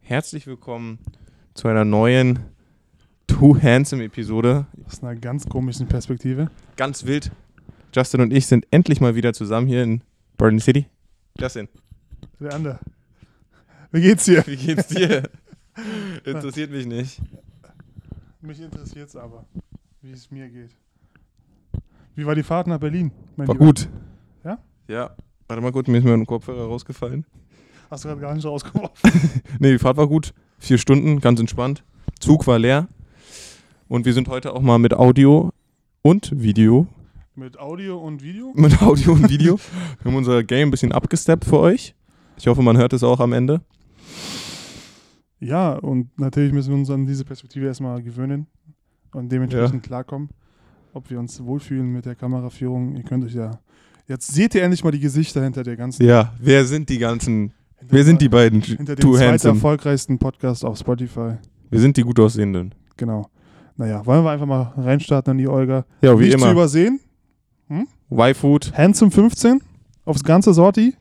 Herzlich willkommen zu einer neuen Too Handsome Episode. Aus einer ganz komischen Perspektive. Ganz wild. Justin und ich sind endlich mal wieder zusammen hier in Burden City. Justin, Der andere. Wie geht's dir? wie geht's dir? Interessiert mich nicht. Mich interessiert's aber, wie es mir geht. Wie war die Fahrt nach Berlin? Mein War Lieber? gut. Ja? Ja. Warte mal gut, mir ist mir ein Kopfhörer rausgefallen. Hast du gerade gar nicht rausgeworfen. Nee, die Fahrt war gut. Vier Stunden, ganz entspannt. Zug war leer. Und wir sind heute auch mal mit Audio und Video. Mit Audio und Video? Mit Audio und Video. Wir haben unser Game ein bisschen abgesteppt für euch. Ich hoffe, man hört es auch am Ende. Ja, und natürlich müssen wir uns an diese Perspektive erstmal gewöhnen und dementsprechend klarkommen, ob wir uns wohlfühlen mit der Kameraführung. Ihr könnt euch ja. Jetzt seht ihr endlich mal die Gesichter hinter der ganzen. Ja, wer sind die ganzen hinter Wer sind die der- beiden? Hinter dem Too zweit handsome. erfolgreichsten Podcast auf Spotify. Wir sind die gut aussehenden. Genau. Naja, wollen wir einfach mal reinstarten an die Olga. Ja, wie Nicht zu immer. übersehen. Y-Food. Handsome 15 aufs ganze Sorti.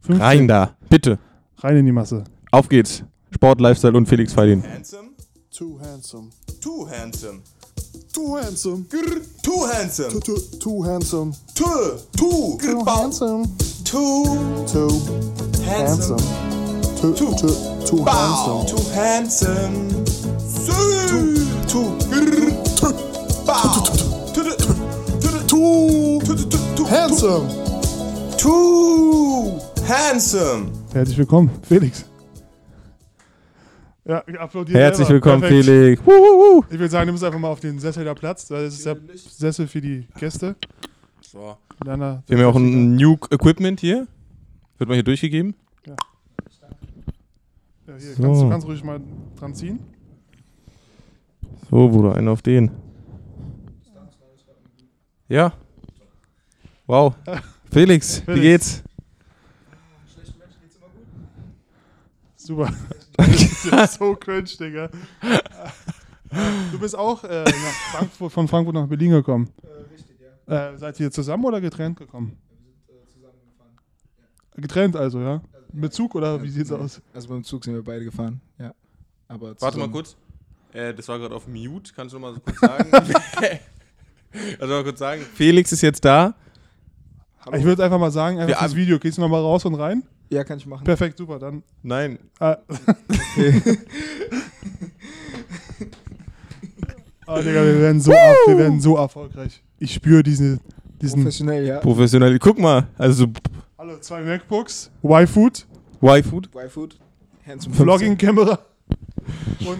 15. Rein da. Bitte. Rein in die Masse. Auf geht's. Sport, Lifestyle und Felix Feilin. Handsome? Too handsome. Too handsome. Too handsome. Too handsome. Too, too, too handsome. Too. Too. Too handsome. Too Too handsome. handsome. Too, too, too, Bow. handsome. Too handsome. Too. Too. Bow. Too. Too. Handsome. Too handsome. Herzlich willkommen, Felix. Ja, applaudiert. Herzlich selber. willkommen, Perfekt. Felix. Wuh, wuh, wuh. Ich würde sagen, du musst einfach mal auf den Sessel da Platz. Das ist der Sessel für die Gäste. So. Deiner Wir haben ja auch ein Nuke Equipment hier. Wird mal hier durchgegeben. Ja, hier, kannst, So. du kannst ruhig mal dran ziehen. So, Bruder, einen auf den. Ja. Wow. Felix, wie Felix. geht's? Super. Das ist ja so cringe, Digga. Du bist auch äh, nach Frankfurt, von Frankfurt nach Berlin gekommen. Äh, richtig, ja. Äh, seid ihr zusammen oder getrennt gekommen? Wir sind zusammen gefahren. Getrennt also, äh, ja? Mit Zug oder wie sieht's aus? Also beim Zug sind wir beide gefahren, ja. Aber Warte mal zusammen- kurz. Äh, das war gerade auf Mute. Kannst du mal so kurz sagen? also mal kurz sagen. Felix ist jetzt da. Ich würde einfach mal sagen, Wir einfach das ab- Video, gehst du nochmal raus und rein? Ja, kann ich machen. Perfekt, super, dann. Nein. Äh, oh, Digga, wir werden so, ab, wir werden so erfolgreich. Ich spüre diesen, diesen. Professionell, ja. Professionell. Guck mal. Also Hallo, zwei MacBooks, Y-Food. Y-Food. Y-Food, Handsome Vlogging-Kamera und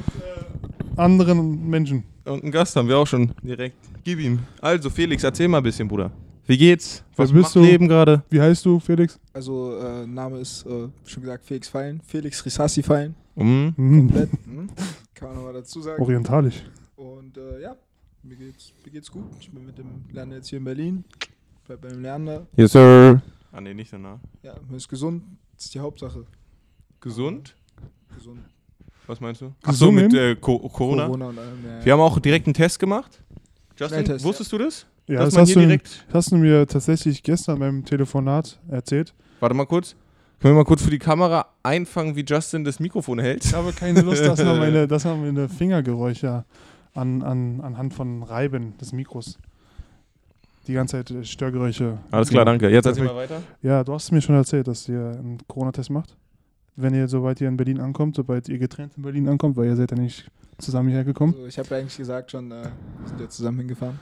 äh, anderen Menschen. Und einen Gast haben wir auch schon direkt. Gib ihm. Also, Felix, erzähl mal ein bisschen, Bruder. Wie geht's? Was bist du? Leben gerade? Wie heißt du, Felix? 15. Also äh, Name ist, äh, schon gesagt, Felix Fallen. Felix Risassi Fallen. Mhm. Komplett. mhm. Kann man nochmal dazu sagen. Hm, Orientalisch. Und äh, ja, mir geht's, mir geht's gut. Ich bin mit dem Lerner jetzt hier in Berlin. Bleib beim Lerner. Yes, sir. Ah, nee, nicht so nah. Ja, man ist gesund. Das ist die Hauptsache. Gesund? Gesund. Was meinst du? Ach so, Gesungen? mit äh, Co Corona. Corona und allem. Ja, Wir haben auch direkt einen Test gemacht. Justin, Schnelltest, wusstest du das? Ja, Dass das man hast hier du, direkt. das hast du mir tatsächlich gestern beim Telefonat erzählt. Warte mal kurz. Können wir mal kurz für die Kamera einfangen, wie Justin das Mikrofon hält? Ich habe keine Lust, dass man meine, dass man meine Fingergeräusche an, an, anhand von Reiben des Mikros die ganze Zeit äh, Störgeräusche. Alles klar, danke. Jetzt erzähl Perfekt. mal weiter. Ja, du hast mir schon erzählt, dass ihr einen Corona-Test macht. Wenn ihr, sobald ihr in Berlin ankommt, sobald ihr getrennt in Berlin ankommt, weil ihr seid ja nicht zusammen hierher gekommen. Also, ich habe ja eigentlich gesagt schon, äh, wir sind ja zusammen hingefahren.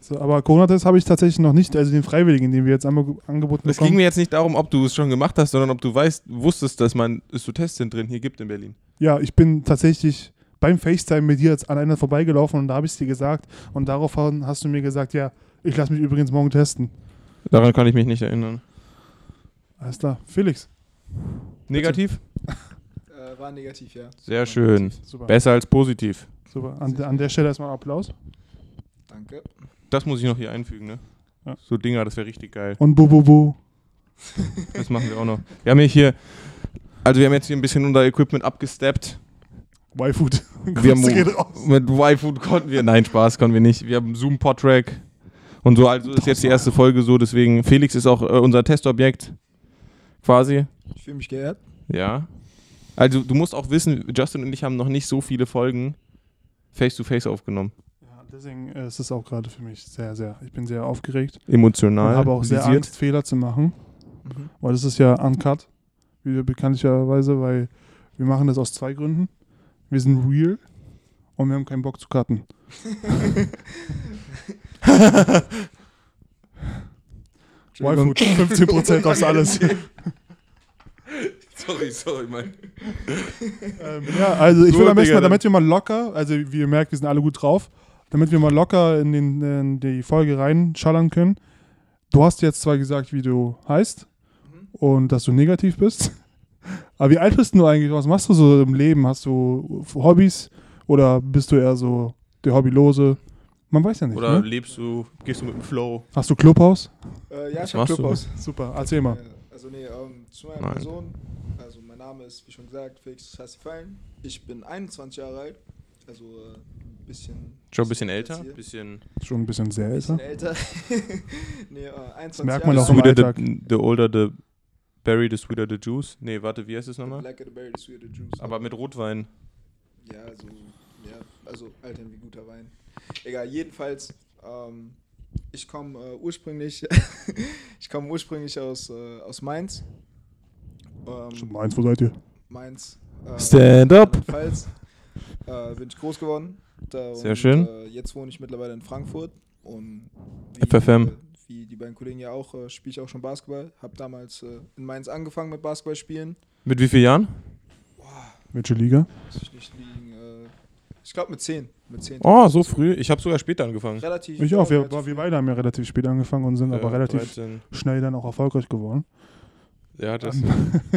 So, aber Corona-Test habe ich tatsächlich noch nicht, also den Freiwilligen, den wir jetzt ange- angeboten Es ging bekommen. mir jetzt nicht darum, ob du es schon gemacht hast, sondern ob du weißt, wusstest, dass man es so Testzentren hier gibt in Berlin. Ja, ich bin tatsächlich beim FaceTime mit dir jetzt an einer vorbeigelaufen und da habe ich es dir gesagt und daraufhin hast du mir gesagt, ja, ich lasse mich übrigens morgen testen. Daran kann ich mich nicht erinnern. Alles klar, Felix. Negativ? Äh, war negativ, ja. Sehr schön. Super. Besser als positiv. Super. An, an der Stelle erstmal Applaus. Danke. Das muss ich noch hier einfügen, ne? Ja. So Dinger, das wäre richtig geil. Und bu, bu, bu. Das machen wir auch noch. Wir haben hier, also wir haben jetzt hier ein bisschen unser Equipment abgesteppt. Y-Food. Wir haben Grüße geht raus. Mit Y-Food konnten wir, nein, Spaß konnten wir nicht. Wir haben zoom podtrack und so, also ist jetzt die erste Folge so, deswegen Felix ist auch äh, unser Testobjekt quasi. Ich fühle mich geehrt. Ja. Also du musst auch wissen, Justin und ich haben noch nicht so viele Folgen face-to-face aufgenommen. Ja, deswegen ist es auch gerade für mich sehr, sehr. Ich bin sehr aufgeregt. Emotional. und habe auch sehr visiert. Angst, Fehler zu machen. Mhm. Weil das ist ja uncut, wie bekanntlicherweise, weil wir machen das aus zwei Gründen. Wir sind real und wir haben keinen Bock zu cutten. Wildfood, 15% aus alles. Sorry, sorry, mein. ähm, ja, also ich So, will am besten Digga, mal, damit wir mal locker, also wie ihr merkt, wir sind alle gut drauf, damit wir mal locker in, den, in die Folge reinschallern können. Du hast jetzt zwar gesagt, wie du heißt Mhm. und dass du negativ bist, aber wie alt bist du eigentlich? Was machst du so im Leben? Hast du Hobbys oder bist du eher so der Hobbylose? Man weiß ja nicht. Oder ne? lebst du, gehst du mit dem Flow? Hast du Clubhaus? Äh, ja, Was ich hab machst du? Clubhaus. Super, erzähl mal. Äh, Also nee, ähm, zu meiner Nein. Person. Also mein Name ist, wie schon gesagt, Felix Scheißefallen. Ich bin 21 Jahre alt. Also äh, ein bisschen... Schon ein bisschen als älter? ihr. Bisschen. Schon ein bisschen sehr älter. Bisschen älter. nee, äh, 21 merkt man Jahre auch im alt. Sweeter Alltag. the, the older the berry, the sweeter the juice. Nee, warte, wie heißt es nochmal? Black at the berry, the sweeter the juice. Aber mit Rotwein. Ja, also, ja, also Alter, wie guter Wein. Egal, jedenfalls, ähm, ich komme äh, ursprünglich, ich komme ursprünglich aus, äh, aus Mainz. Schon Ähm, mal eins, wo seid ihr? Mainz. Äh, Stand up. Pfalz. Äh, bin ich groß geworden. Da, Sehr schön. Äh, jetzt wohne ich mittlerweile in Frankfurt und FFM. Äh, wie die beiden Kollegen ja auch, äh, spiele ich auch schon Basketball. Hab damals äh, in Mainz angefangen mit Basketball spielen. Mit wie vielen Jahren? Welche Liga? Muss ich nicht liegen. Äh, ich glaube mit 10. Mit 10. Oh, so früh. Ich habe sogar später angefangen. Relativ. Ich auch. Wir, relativ wir beide haben ja relativ spät angefangen und sind aber Ja, relativ 13. schnell dann auch erfolgreich geworden. Ja, das.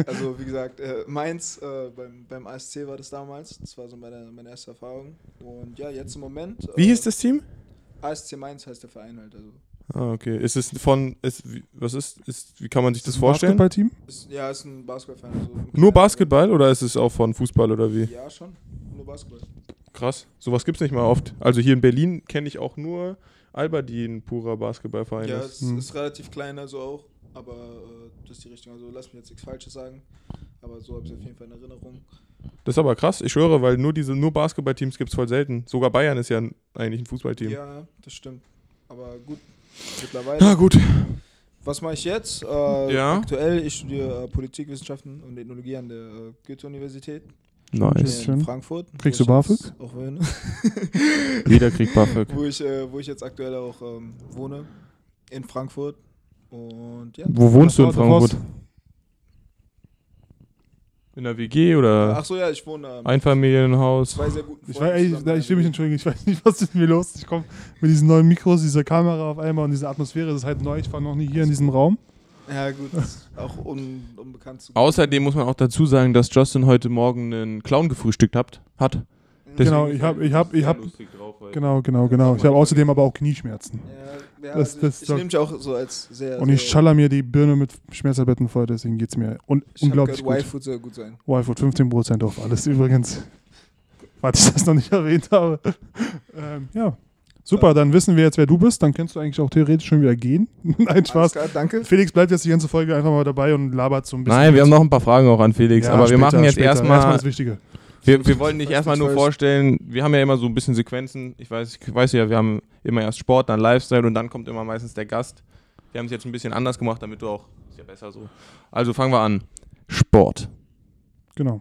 Also wie gesagt, äh, Mainz äh, beim, beim ASC war das damals. Das war so meine, meine erste Erfahrung. Und ja, jetzt im Moment. Wie äh, hieß das Team? ASC Mainz heißt der Verein halt. Also Ah, okay. Ist es von. Ist, wie- was ist, ist. Wie kann man sich das Ein vorstellen? Basketballteam? ist, ja, ist ein Basketballverein. Also ein Nur kleiner- Basketball oder ist es auch von Fußball oder wie? Ja, schon. Nur Basketball. Krass. Sowas gibt's nicht mal oft. Also hier in Berlin kenne ich auch nur Alba, die ein purer Basketballverein Ja, ist. es Hm. ist relativ klein, also auch. Aber äh, das ist die Richtung. Also lass mich jetzt nichts Falsches sagen. Aber so habe ich auf jeden Fall in Erinnerung. Das ist aber krass, ich schwöre, weil nur diese nur Basketballteams gibt's voll selten. Sogar Bayern ist ja ein- eigentlich ein Fußballteam. Ja, das stimmt. Aber gut, mittlerweile. Na gut. Was mache ich jetzt? Äh, Ja. Aktuell, ich studiere äh, Politikwissenschaften und Ethnologie an der äh, Goethe-Universität Ist in schön. Frankfurt. wo Kriegst du ich jetzt BAföG? Auch wohne, Wieder kriegt BAföG. wo, ich, äh, wo ich jetzt aktuell auch ähm, wohne, in Frankfurt. Und ja. Wo wohnst du in Das war- das Frankfurt? In der WG oder Ach so, ja, ich wohne ähm, Einfamilienhaus? zwei sehr guten Ich, weiß, ey, zusammen ich, in ich will mich einer entschuldigen, ich weiß nicht, was ist mit mir los. Ich komme mit diesen neuen Mikros, dieser Kamera auf einmal und dieser Atmosphäre, das ist halt neu. Ich war noch nie hier in diesem Raum. Ja, gut, ist auch un, unbekannt zu. Außerdem muss man auch dazu sagen, dass Justin heute Morgen einen Clown gefrühstückt habt, hat. Deswegen halt genau, ich habe, ich habe, ich habe, genau. genau, genau, genau. Ich habe außerdem aber auch Knieschmerzen. Ja, ja, Das- also das ich sagt- nehme mich auch so als sehr. Und ich sehr- schaller mir die Birne mit Schmerztabletten voll, deswegen geht's mir un ich hab unglaublich gehört, gut. Y-Food soll gut sein. Y-Food, 15% auf alles übrigens. Warte, ich das noch nicht erwähnt habe. Ähm, ja. Super, dann wissen wir jetzt, wer du bist. Dann kannst du eigentlich auch theoretisch schon wieder gehen. Nein, Alles Spaß. klar, danke. Felix bleibt jetzt die ganze Folge einfach mal dabei und labert so ein bisschen. Nein, wir haben noch ein paar Fragen auch an Felix, Ja, aber wir später, machen jetzt später. erstmal das Wichtige. Wir, wir wollen dich First erstmal things nur first. vorstellen, wir haben ja immer so ein bisschen Sequenzen. Ich weiß, ich weiß ja, wir haben immer erst Sport, dann Lifestyle und dann kommt immer meistens der Gast. Wir haben es jetzt ein bisschen anders gemacht, damit du auch. Ist ja besser so. Also fangen wir an. Sport. Genau.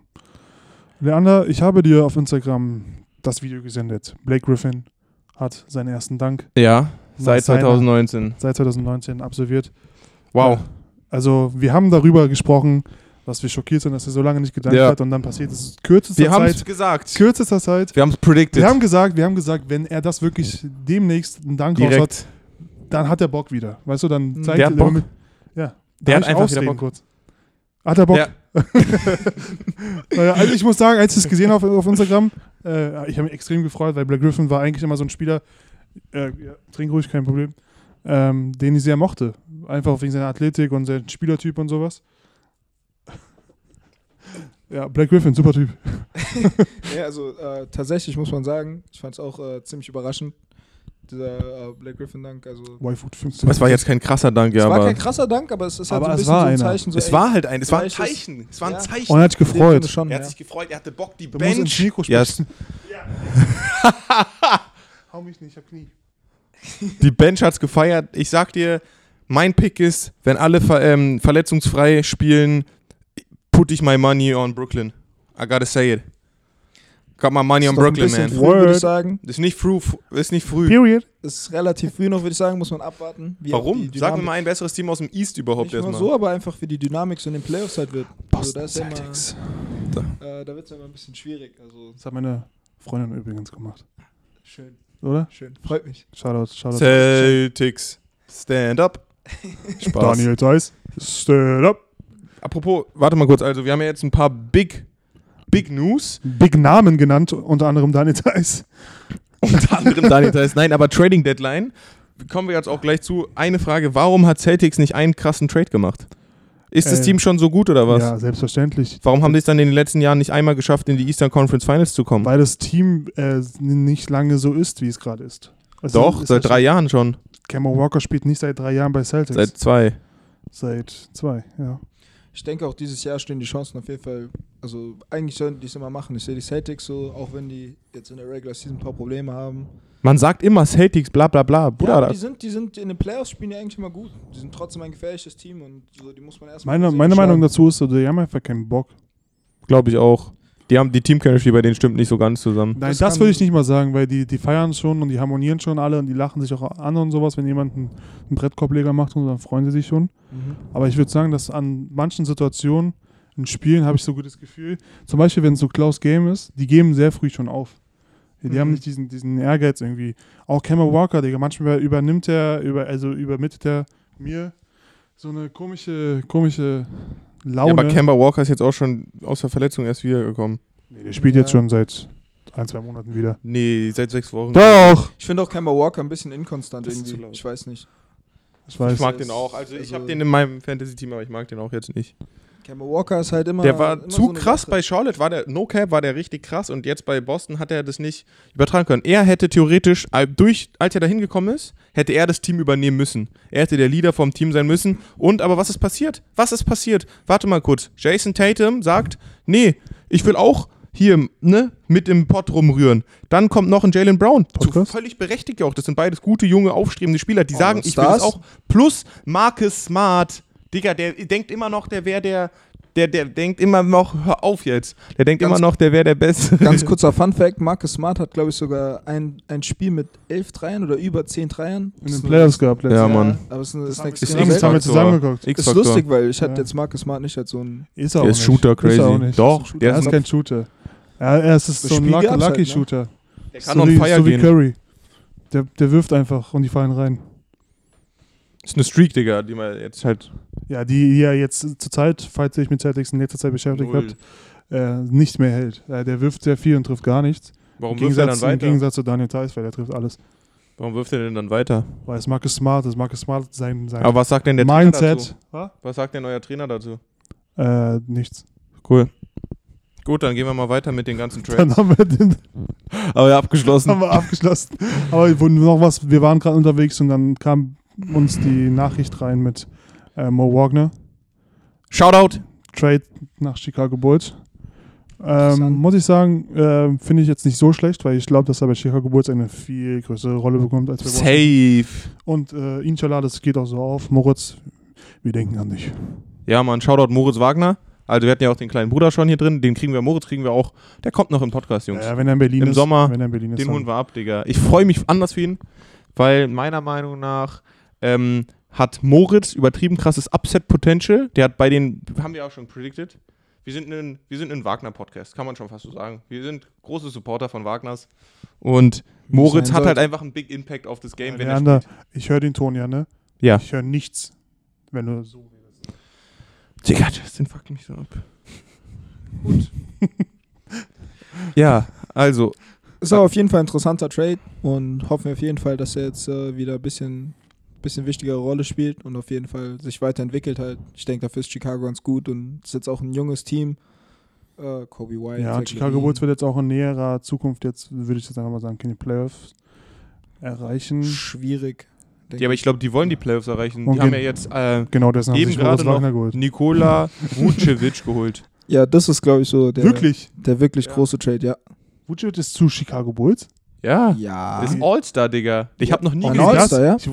Leander, ich habe dir auf Instagram das Video gesendet. Blake Griffin hat seinen ersten Dank Ja, seit seit 2019. seit 2019 absolviert. Wow. Also wir haben darüber gesprochen, dass wir schockiert sind, dass er so lange nicht gedankt Ja. hat und dann passiert es in kürzester Wir haben es Zeit. gesagt. Kürzester Zeit. Wir haben es predicted. Wir haben gesagt, wir haben gesagt, wenn er das wirklich demnächst einen Dank raus hat, Direkt. dann hat er Bock wieder. Weißt du, dann zeigt Der hat Bock. Ja. Der Darf hat ich einfach wieder ausreden Bock. Kurz. Hat er Bock? Ja. Naja, also ich muss sagen, als ich es gesehen habe auf Instagram, äh, ich habe mich extrem gefreut, weil Black Griffin war eigentlich immer so ein Spieler, äh, ja, trink ruhig, kein Problem, ähm, den ich sehr mochte. Einfach wegen seiner Athletik und seinem Spielertyp und sowas. Ja, Black Griffin, super Typ. Ja, also äh, tatsächlich muss man sagen, ich fand es auch äh, ziemlich überraschend, dieser äh, Black Griffin Dank. Also, Waifu 15. Das war jetzt kein krasser Dank, ja, es war aber. kein krasser Dank, aber es ist halt Aber es so war ein bisschen einer. so ein Zeichen. So, es ey, war halt ein, es war ein vielleicht ist- Zeichen. Es war ein Ja. Zeichen. Und er hat sich in dem Sinne gefreut. Schon, er hat ja. sich gefreut, er hatte Bock, die Du musst ins Bench. Mikro Ja, sprechen. Hau mich nicht, ich hab Knie. die Bench hat's gefeiert. Ich sag dir, mein Pick ist, wenn alle ver ähm, verletzungsfrei spielen, put ich my money on Brooklyn. I gotta say it. Got my money Ist on noch ein Brooklyn, bisschen man. Früh, würde Word. ich sagen. Ist nicht früh, ist nicht früh. Period. Ist relativ früh noch, würde ich sagen, muss man abwarten. wie auch Warum? die Sag mir Dynamik- mal ein besseres Team aus dem East überhaupt Nicht nur erstmal. so, aber einfach wie die Dynamik so in den Playoffs halt wird. Also, da ist ja immer, Celtics. äh, da wird es ja immer ein bisschen schwierig. Also Das hat meine Freundin übrigens gemacht. schön, Oder? schön. Freut mich. Shoutout, Shoutout. Celtics. Stand up. Spaß. Daniel Theiss. Stand up. Apropos, warte mal kurz. Also, wir haben ja jetzt ein paar Big, Big News. Big Namen genannt, unter anderem Daniel Theiss. Unter anderem Daniel Theiss. Nein, aber Trading Deadline. Kommen wir jetzt auch gleich zu. Eine Frage: Warum hat Celtics nicht einen krassen Trade gemacht? Ist das Äh, Team schon so gut oder was? Ja, selbstverständlich. Warum haben die es dann in den letzten Jahren nicht einmal geschafft, in die Eastern Conference Finals zu kommen? Weil das Team äh, nicht lange so ist, wie es gerade ist. Also Doch, ist seit das- drei Jahren schon. Cameron Walker spielt nicht seit drei Jahren bei Celtics. Seit zwei. Seit zwei, ja. Ich denke auch dieses Jahr stehen die Chancen auf jeden Fall. Also eigentlich sollten die es immer machen. Ich sehe die Celtics so, auch wenn die jetzt in der Regular Season ein paar Probleme haben. Man sagt immer Celtics, bla bla bla. Ja, Bruder, aber die das- sind, die sind in den Playoffs spielen ja eigentlich immer gut. Die sind trotzdem ein gefährliches Team und so, die muss man erstmal. Meine, meine Meinung dazu ist, so, die haben einfach keinen Bock. glaube ich auch. Die haben die Team-Chemistry bei denen stimmt nicht so ganz zusammen. Nein, das, Das kann- würde ich nicht mal sagen, weil die, die feiern schon und die harmonieren schon alle und die lachen sich auch an und sowas. Wenn jemand einen, einen Brettkorbleger macht, und so, dann freuen sie sich schon. mhm. Aber ich würde sagen, dass an manchen Situationen in Spielen habe ich so gutes Gefühl. Zum Beispiel, wenn es so Klaus Game ist, die geben sehr früh schon auf. Die Mhm. haben nicht diesen, diesen Ehrgeiz irgendwie. Auch Cameron Walker, Digga, manchmal übernimmt er, über, also übermittelt er mir so eine komische, komische Laune. Ja, aber Kemba Walker ist jetzt auch schon aus der Verletzung erst wiedergekommen. nee, der spielt jetzt Ja. schon seit ein, zwei Monaten wieder. Nee, seit sechs Wochen. Doch! Ich finde auch Kemba Walker ein bisschen inkonstant Das ist zu irgendwie. laut. Ich weiß nicht. Ich weiß. Ich mag den auch. Also, ich Also- habe den in meinem Fantasy-Team, aber ich mag den auch jetzt nicht. Kemba Walker ist halt immer. Der war immer zu so eine krass Sache. bei Charlotte, war der No Cap, war der richtig krass und jetzt bei Boston hat er das nicht übertragen können. Er hätte theoretisch, äh, durch, als er da hingekommen ist, hätte er das Team übernehmen müssen. Er hätte der Leader vom Team sein müssen. Und aber was ist passiert? Was ist passiert? Warte mal kurz. Jason Tatum sagt, nee, ich will auch hier ne, mit im Pott rumrühren. Dann kommt noch ein Jalen Brown. Zu Podcast? völlig berechtigt ja auch. Das sind beides gute, junge, aufstrebende Spieler, die sagen, ich will das Stars? auch. Plus Marcus Smart. Digga, der denkt immer noch, der wäre der, der, der denkt immer noch, hör auf jetzt. Der denkt Ganz- immer noch, der wäre der Beste. Ganz kurzer Fun Fact: Marcus Smart hat, glaube ich, sogar ein, ein Spiel mit elf Dreiern oder über zehn Dreiern. in Das den ist eine- Playoffs gehabt letztes Ja, Jahr. Mann. Aber es ist eine, ist eine Das Ist extreme haben wir- das haben wir X-Faktor. zusammengeguckt. Ist X-Faktor. lustig, weil ich hatte Ja. jetzt Marcus Smart nicht als so ein. Ist er Der ist Shooter Ist crazy. er auch nicht. Doch, Ist ein der Er ist ist kein Shooter. Er, er ist, so ein Spiel Lucky, gab's halt, Lucky ne? Shooter. der so kann on wie, fire so wie gehen. Curry. Der, der wirft einfach und die fallen rein. Ist eine Streak, Digga, die man jetzt halt Ja, die die er jetzt zurzeit, falls ihr euch mit Celtics in letzter Zeit beschäftigt null. habt, äh, nicht mehr hält. Äh, der wirft sehr viel und trifft gar nichts. Warum Im wirft er Gegensatz, dann Im weiter? Gegensatz zu Daniel Theis, weil er trifft alles. Warum wirft er denn dann weiter? Weil es Marcus Smart ist. Marcus Smart sein, sein Aber was sagt denn der Trainer dazu? Mindset. Was? Was sagt denn euer Trainer dazu? Äh, nichts. Cool. Gut, dann gehen wir mal weiter mit den ganzen Trades. Dann haben wir den Aber ja, abgeschlossen. haben wir abgeschlossen. Aber wir wurden noch was, wir waren gerade unterwegs und dann kam uns die Nachricht rein mit äh, Mo Wagner, Shoutout. Trade nach Chicago Bulls. Ähm, Interessant. muss ich sagen, äh, finde ich jetzt nicht so schlecht, weil ich glaube, dass er bei Chicago Bulls eine viel größere Rolle bekommt als bei Washington. Safe. Und äh, inshallah, das geht auch so auf. Moritz, wir denken an dich. Ja, Mann, Shoutout Moritz Wagner. Also wir hatten ja auch den kleinen Bruder schon hier drin. Den kriegen wir, Moritz kriegen wir auch. Der kommt noch im Podcast, Jungs. Äh, wenn er in Berlin Im ist. Sommer wenn er in Berlin ist Den dann- holen wir ab, Digga. Ich freue mich anders für ihn, weil meiner Meinung nach ähm, hat Moritz übertrieben krasses Upset-Potential. Der hat bei den, haben wir auch schon predicted. Wir sind ein, wir sind ein Wagner-Podcast, kann man schon fast so sagen. Wir sind große Supporter von Wagners. Und Moritz sein hat halt sollte. einfach einen Big Impact auf das Game, wenn er Leander, spielt. ich höre den Ton ja, ne? Ja. Ich höre nichts, wenn du so redest. Digga, Justin fuckt mich so ab. Gut. ja, also, Ist aber auf jeden Fall ein interessanter Trade und hoffen wir auf jeden Fall, dass er jetzt äh, wieder ein bisschen, bisschen wichtigere Rolle spielt und auf jeden Fall sich weiterentwickelt halt. Ich denke, dafür ist Chicago ganz gut und ist jetzt auch ein junges Team. Äh, Kobe White. Ja, Zach Chicago Levine. Bulls wird jetzt auch in näherer Zukunft, jetzt würde ich jetzt einfach mal sagen, in die Playoffs. erreichen. Schwierig. denke Die, aber ich glaube, die wollen die Playoffs erreichen. Und Die haben ja gehen- jetzt äh, Genau, das haben eben sich Boris gerade noch Wagner geholt. Nikola Vucevic geholt. Ja, das ist, glaube ich, so der Wirklich? der wirklich Ja. große Trade, ja. Vucic ist zu Chicago Bulls? Ja. Ja. Ah. Ist All-Star, Digga. Ich habe noch nie Ein gesehen. All-Star, ja? Ich,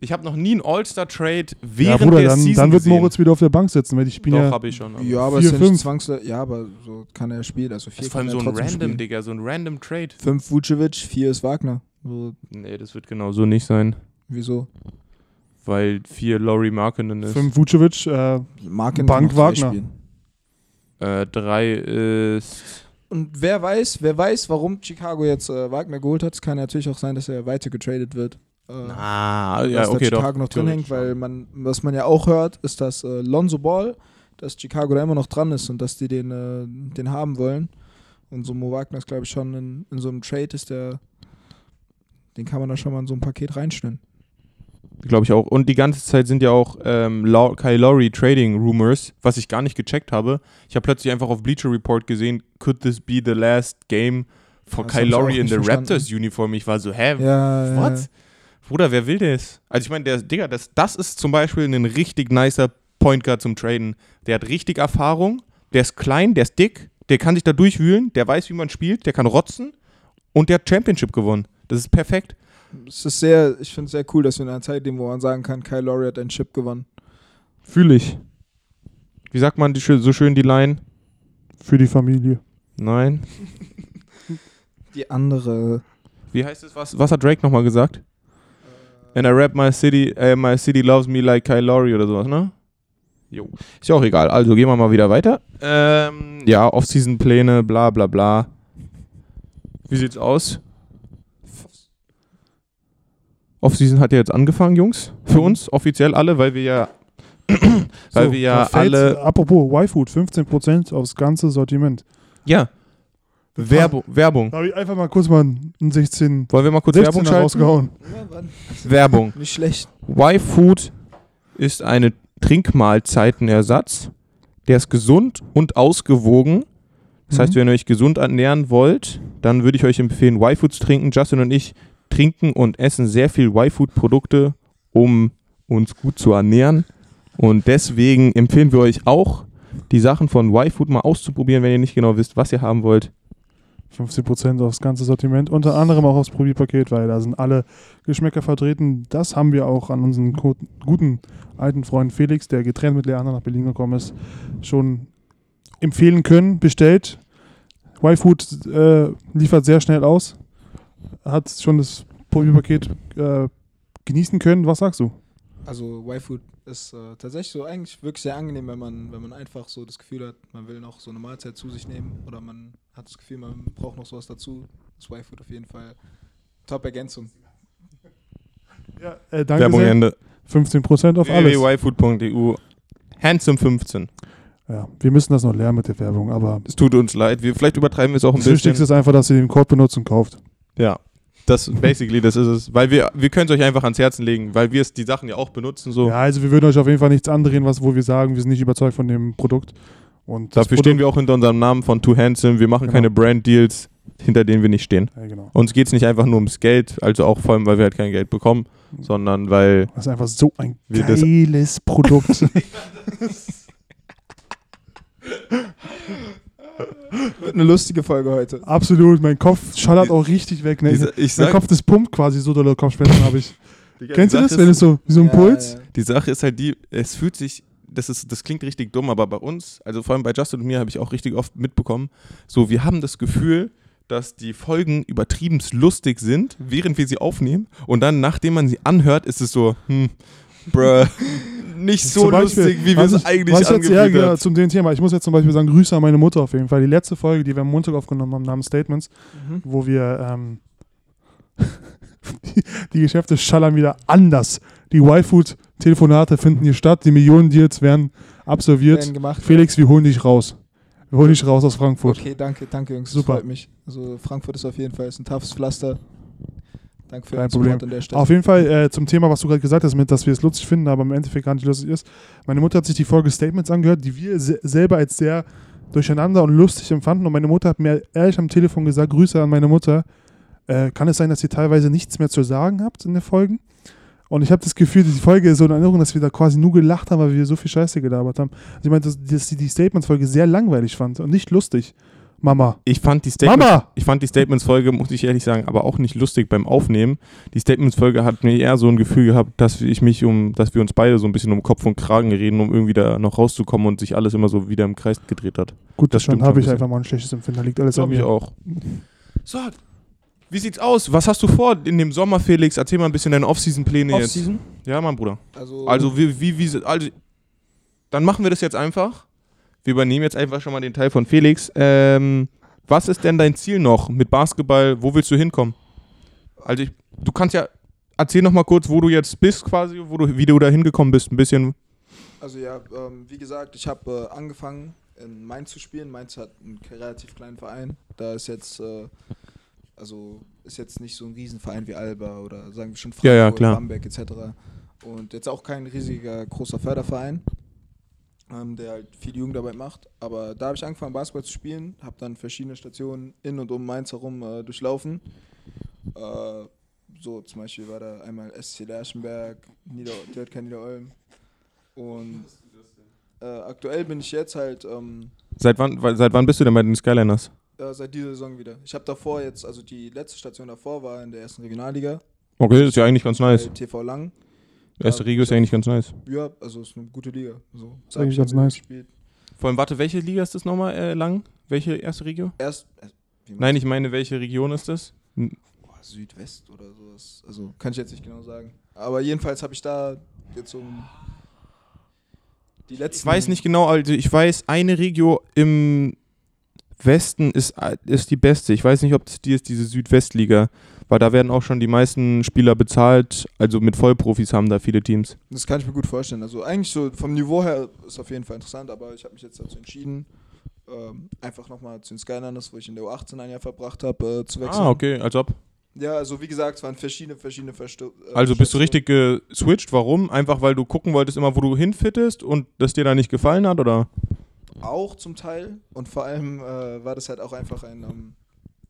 Ich habe noch nie einen All-Star-Trade ja, während Bruder, der dann, Season dann wird gesehen. Moritz wieder auf der Bank sitzen, weil ich bin Doch, ja. habe ich schon. aber- ja, aber Vier, ist ja fünf. nicht zwangsläufig. Ja, aber so kann er spielen. Also vier Das ist vor allem so kann ein er trotzdem random, spielen. Digga, so ein random Trade. Fünf Vucevic, vier ist Wagner. So, Nee, das wird genau so nicht sein, wieso? weil vier Laurie Markinen ist. Fünf Vucevic, äh, Marken Bank Wagner. Spielen. Äh, drei ist. Und wer weiß, wer weiß, warum Chicago jetzt äh, Wagner geholt hat. Es kann natürlich auch sein, dass er weiter getradet wird. Äh, Ah, dass ja, okay, da doch. Chicago noch drin hängt, theoretisch weil man, was man ja auch hört, ist, dass äh, Lonzo Ball, dass Chicago da immer noch dran ist und dass die den, äh, den haben wollen. Und so Mo Wagner ist, glaube ich, schon in, in so einem Trade ist der, den kann man da schon mal in so ein Paket reinschnüren. Glaube ich auch. Und die ganze Zeit sind ja auch ähm, Lau- Kyle Lowry Trading Rumors, was ich gar nicht gecheckt habe. Ich habe plötzlich einfach auf Bleacher Report gesehen, could this be the last game for Das hab Kyle ich auch Lowry in nicht the verstanden. Raptors Uniform? Ich war so, hä, Ja, Ähm, what? Bruder, wer will das? Also ich meine, der Digga, das, das ist zum Beispiel ein richtig nicer Point Guard zum Traden. Der hat richtig Erfahrung, der ist klein, der ist dick, der kann sich da durchwühlen, der weiß, wie man spielt, der kann rotzen und der hat Championship gewonnen. Das ist perfekt. Es ist sehr, ich finde es sehr cool, dass wir in einer Zeit leben, wo man sagen kann, Kyle Lowry hat einen Chip gewonnen. Fühle ich. Wie sagt man die, schö- so schön die Line? für die Familie. Nein. Die andere. Wie heißt es, was, was hat Drake nochmal gesagt? And I rap my city, äh, my city loves me like Kyle Lowry oder sowas, ne? Jo. Ist ja auch egal. Also gehen wir mal wieder weiter. Ähm, ja, Off-Season-Pläne, bla bla bla. Wie sieht's aus? Off-Season hat ja jetzt angefangen, Jungs. Für uns, offiziell alle, weil wir ja, Mhm. weil wir da ja fällt's- alle. Apropos Y-Food, 15% aufs ganze Sortiment. Ja. Werbung, Werbung. Da habe ich einfach mal kurz mal einen 16, Wollen wir mal kurz 16 Werbung schalten? rausgehauen. Werbung. Nicht schlecht. Y-Food ist eine Trinkmahlzeitenersatz. Der ist gesund und ausgewogen. Das Mhm. heißt, wenn ihr euch gesund ernähren wollt, dann würde ich euch empfehlen, Y-Food zu trinken. Justin und ich trinken und essen sehr viel Y-Food-Produkte, um uns gut zu ernähren. Und deswegen empfehlen wir euch auch, die Sachen von Y-Food mal auszuprobieren, wenn ihr nicht genau wisst, was ihr haben wollt. 15% aufs ganze Sortiment, unter anderem auch aufs Probierpaket, weil da sind alle Geschmäcker vertreten. Das haben wir auch an unseren co- guten alten Freund Felix, der getrennt mit Leander nach Berlin gekommen ist, schon empfehlen können. Bestellt. Y-Food äh, liefert sehr schnell aus. Hat schon das Probierpaket äh, genießen können. Was sagst du? Also Y-Food ist äh, tatsächlich so eigentlich wirklich sehr angenehm, wenn man, wenn man einfach so das Gefühl hat, man will noch so eine Mahlzeit zu sich nehmen oder man hat das Gefühl, man braucht noch sowas dazu. Ist Y-Food auf jeden Fall top Ergänzung. Ja, äh, danke sehr. 15% auf alles. www.yfood.eu Handsome 15. Ja, wir müssen das noch lernen mit der Werbung, aber Es tut uns leid. Wir, vielleicht übertreiben wir es auch ein das bisschen. Wichtigste ist einfach, dass ihr den Code benutzt und kauft. Ja. Das basically, das ist es. Weil wir, wir können es euch einfach ans Herzen legen, weil wir es die Sachen ja auch benutzen. So. Ja, also wir würden euch auf jeden Fall nichts andrehen, was, wo wir sagen, wir sind nicht überzeugt von dem Produkt. Und das Dafür Produkt, stehen wir auch hinter unserem Namen von Too Handsome. Wir machen Genau. keine Brand-Deals, hinter denen wir nicht stehen. Ja, genau. Uns geht es nicht einfach nur ums Geld, also auch vor allem, weil wir halt kein Geld bekommen, sondern weil Das ist einfach so ein Wir das- geiles Produkt. Wird eine lustige Folge heute. Absolut, mein Kopf schallert auch richtig weg. Ne? Diese- ich mein sag- Kopf, das pumpt quasi so dolle Kopfschmerzen habe ich. Kennst du das, wenn es so, wie so ein Puls? Ja, Die Sache ist halt die, es fühlt sich, das, ist, das klingt richtig dumm, aber bei uns, also vor allem bei Justin und mir, habe ich auch richtig oft mitbekommen, so wir haben das Gefühl, dass die Folgen übertrieben lustig sind, während wir sie aufnehmen und dann, nachdem man sie anhört, ist es so, hm, bruh, nicht so Zum Beispiel, lustig, wie wir was es ich- eigentlich was ich jetzt genau. angefühlt ärgere haben. zum dem Thema. Ich muss jetzt zum Beispiel sagen, Grüße an meine Mutter auf jeden Fall. Die letzte Folge, die wir am Montag aufgenommen haben, namens Statements, Mhm. wo wir ähm, die, die Geschäfte schallern wieder anders. Die Y-Food-Telefonate finden hier statt, die Millionen-Deals werden ja. absolviert. Werden gemacht. Felix, wir holen dich raus. Wir holen dich raus aus Frankfurt. Okay, danke, danke Jungs. Super. Das freut mich. Also Frankfurt ist auf jeden Fall ist ein toughes Pflaster. Danke für Kein den Problem. Support an der Stelle. Auf jeden Fall äh, zum Thema, was du gerade gesagt hast, mit, dass wir es lustig finden, aber im Endeffekt gar nicht lustig ist. Meine Mutter hat sich die Folge Statements angehört, die wir se selber als sehr durcheinander und lustig empfanden. Und meine Mutter hat mir ehrlich am Telefon gesagt, Grüße an meine Mutter. äh, kann es sein, dass ihr teilweise nichts mehr zu sagen habt in den Folgen? Und ich habe das Gefühl, die Folge ist so in Erinnerung, dass wir da quasi nur gelacht haben, weil wir so viel Scheiße gelabert haben. Also ich meine, dass, dass ich die Statements-Folge sehr langweilig fand und nicht lustig. Mama. Ich fand die Statements, Mama! ich fand die Statements-Folge, muss ich ehrlich sagen, aber auch nicht lustig beim Aufnehmen. Die Statements-Folge hat mir eher so ein Gefühl gehabt, dass ich mich um, dass wir uns beide so ein bisschen um Kopf und Kragen reden, um irgendwie da noch rauszukommen und sich alles immer so wieder im Kreis gedreht hat. Gut, das das dann stimmt schon habe ich ein bisschen. einfach mal ein schlechtes Empfinden. Da liegt alles an Glaube ich mir. auch. So, wie sieht's aus? Was hast du vor in dem Sommer, Felix? Erzähl mal ein bisschen deine Off-Season-Pläne jetzt. Off-Season? Ja, mein Bruder. Also, Also wie, wie, wie, also, dann machen wir das jetzt einfach. Wir übernehmen jetzt einfach schon mal den Teil von Felix. Ähm, was ist denn dein Ziel noch mit Basketball? Wo willst du hinkommen? Also ich, du kannst ja, erzähl noch mal kurz, wo du jetzt bist quasi, wo du, wie du da hingekommen bist, ein bisschen. Also ja, ähm, wie gesagt, ich habe äh, angefangen in Mainz zu spielen. Mainz hat einen k- relativ kleinen Verein. Da ist jetzt, äh, also ist jetzt nicht so ein Riesenverein wie Alba oder sagen wir schon Frankfurt, Ja, ja, klar. Bamberg etc. Und jetzt auch kein riesiger großer Förderverein, ähm, der halt viel Jugendarbeit macht. Aber da habe ich angefangen Basketball zu spielen, habe dann verschiedene Stationen in und um Mainz herum äh, durchlaufen. Äh, so zum Beispiel war da einmal SC Lerschenberg, Nieder Dörtken Niederolm. Und äh, aktuell bin ich jetzt halt ähm, Seit wann, weil- seit wann bist du denn bei den Skyliners? äh, seit dieser Saison wieder. Ich habe davor jetzt, also die letzte Station davor war in der ersten Regionalliga, Okay, das ist ja eigentlich ganz nice. bei TV Lang. Erste Regio ist ja eigentlich ganz nice. Ja, also ist eine gute Liga. So, ist eigentlich Sag ganz hab ich nice. Gespielt. Vor allem, warte, welche Liga ist das nochmal äh, lang? Welche erste Regio? Erst äh, wie man- Nein, ich meine, welche Region ist das? boah, Südwest oder sowas. Also kann ich jetzt nicht genau sagen. Aber jedenfalls habe ich da jetzt so ein- die letzten. Ich weiß nicht genau, also ich weiß, eine Regio im Westen ist, ist die beste. Ich weiß nicht, ob das die ist, diese Südwestliga, weil da werden auch schon die meisten Spieler bezahlt. Also mit Vollprofis haben da viele Teams. Das kann ich mir gut vorstellen. Also eigentlich so vom Niveau her ist auf jeden Fall interessant, aber ich habe mich jetzt dazu entschieden, ähm, einfach nochmal zu den Skylanders, wo ich in der U18 ein Jahr verbracht habe, äh, zu wechseln. Ah, okay, als ob. Ja, also wie gesagt, es waren verschiedene, verschiedene Versto äh, Also bist du Stationen. richtig geswitcht? Warum? Einfach weil du gucken wolltest, immer wo du hinfittest und das dir da nicht gefallen hat, oder? Auch zum Teil und vor allem äh, war das halt auch einfach ein, ähm,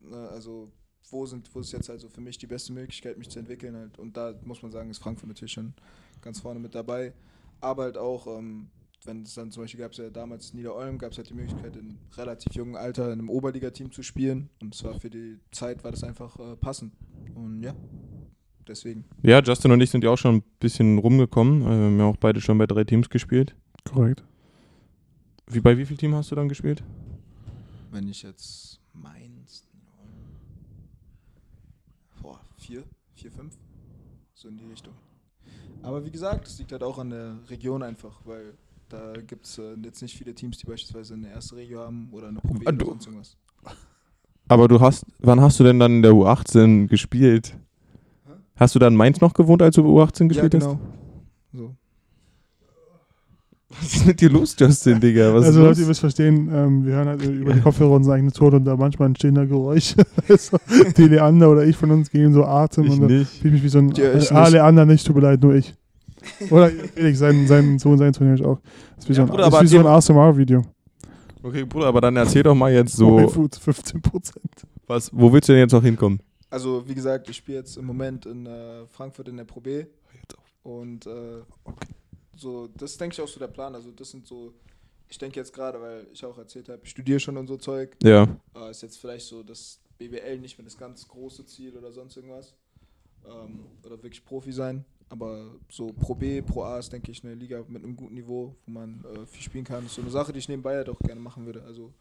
ne, also wo sind, wo ist jetzt also für mich die beste Möglichkeit, mich zu entwickeln halt. Und da muss man sagen, ist Frankfurt natürlich schon ganz vorne mit dabei. Aber halt auch, ähm, wenn es dann zum Beispiel gab es ja damals in Niederolm, gab es halt die Möglichkeit, in relativ jungen Alter in einem Oberligateam zu spielen. Und zwar für die Zeit war das einfach äh, passend. Und ja, deswegen. Ja, Justin und ich sind ja auch schon ein bisschen rumgekommen. Äh, Wir haben ja auch beide schon bei drei Teams gespielt. Korrekt. Wie, bei wie vielen Teams hast du dann gespielt? Wenn ich jetzt Mainz, boah, vier, vier, fünf, so in die Richtung. Aber wie gesagt, es liegt halt auch an der Region einfach, weil da gibt es äh, jetzt nicht viele Teams, die beispielsweise eine erste Regio haben oder eine Probe Ah, oder du- sonst irgendwas. Aber du hast, wann hast du denn dann in der U18 gespielt? Hast du dann Mainz noch gewohnt, als du U18 gespielt hast? So. Was ist mit dir los, Justin, Digga? Was also ist Leute, ihr los? müsst verstehen, ähm, wir hören halt über die Kopfhörer unsere eigene Ton und da manchmal entstehen da Geräusche. Also, die Leander oder ich von uns gehen so Atem Ich und dann nicht. fühle ich mich wie so ein Ja, ich Ah, nicht. Leander nicht, tut mir leid, nur ich. Oder Felix, sein, sein Sohn, sein Sohn, ich auch. Das ist wie Ja, so ein, Bruder, das ist aber wie so ein dem- ASMR-Video. Okay, Bruder, aber dann erzähl doch mal jetzt So. Oh, so, Food, 15 Prozent. was, wo willst du denn jetzt noch hinkommen? Also wie gesagt, ich spiele jetzt im Moment in äh, Frankfurt in der Pro B. Und äh, so, das ist, denke ich auch so der Plan. Also das sind so, ich denke jetzt gerade, weil ich auch erzählt habe, ich studiere schon und so Zeug. Ja. Äh, ist jetzt vielleicht so das BBL nicht mehr das ganz große Ziel oder sonst irgendwas. Ähm, oder wirklich Profi sein. Aber so Pro B, Pro A ist, denke ich, eine Liga mit einem guten Niveau, wo man äh, viel spielen kann. Ist so eine Sache, die ich nebenbei halt auch gerne machen würde. Also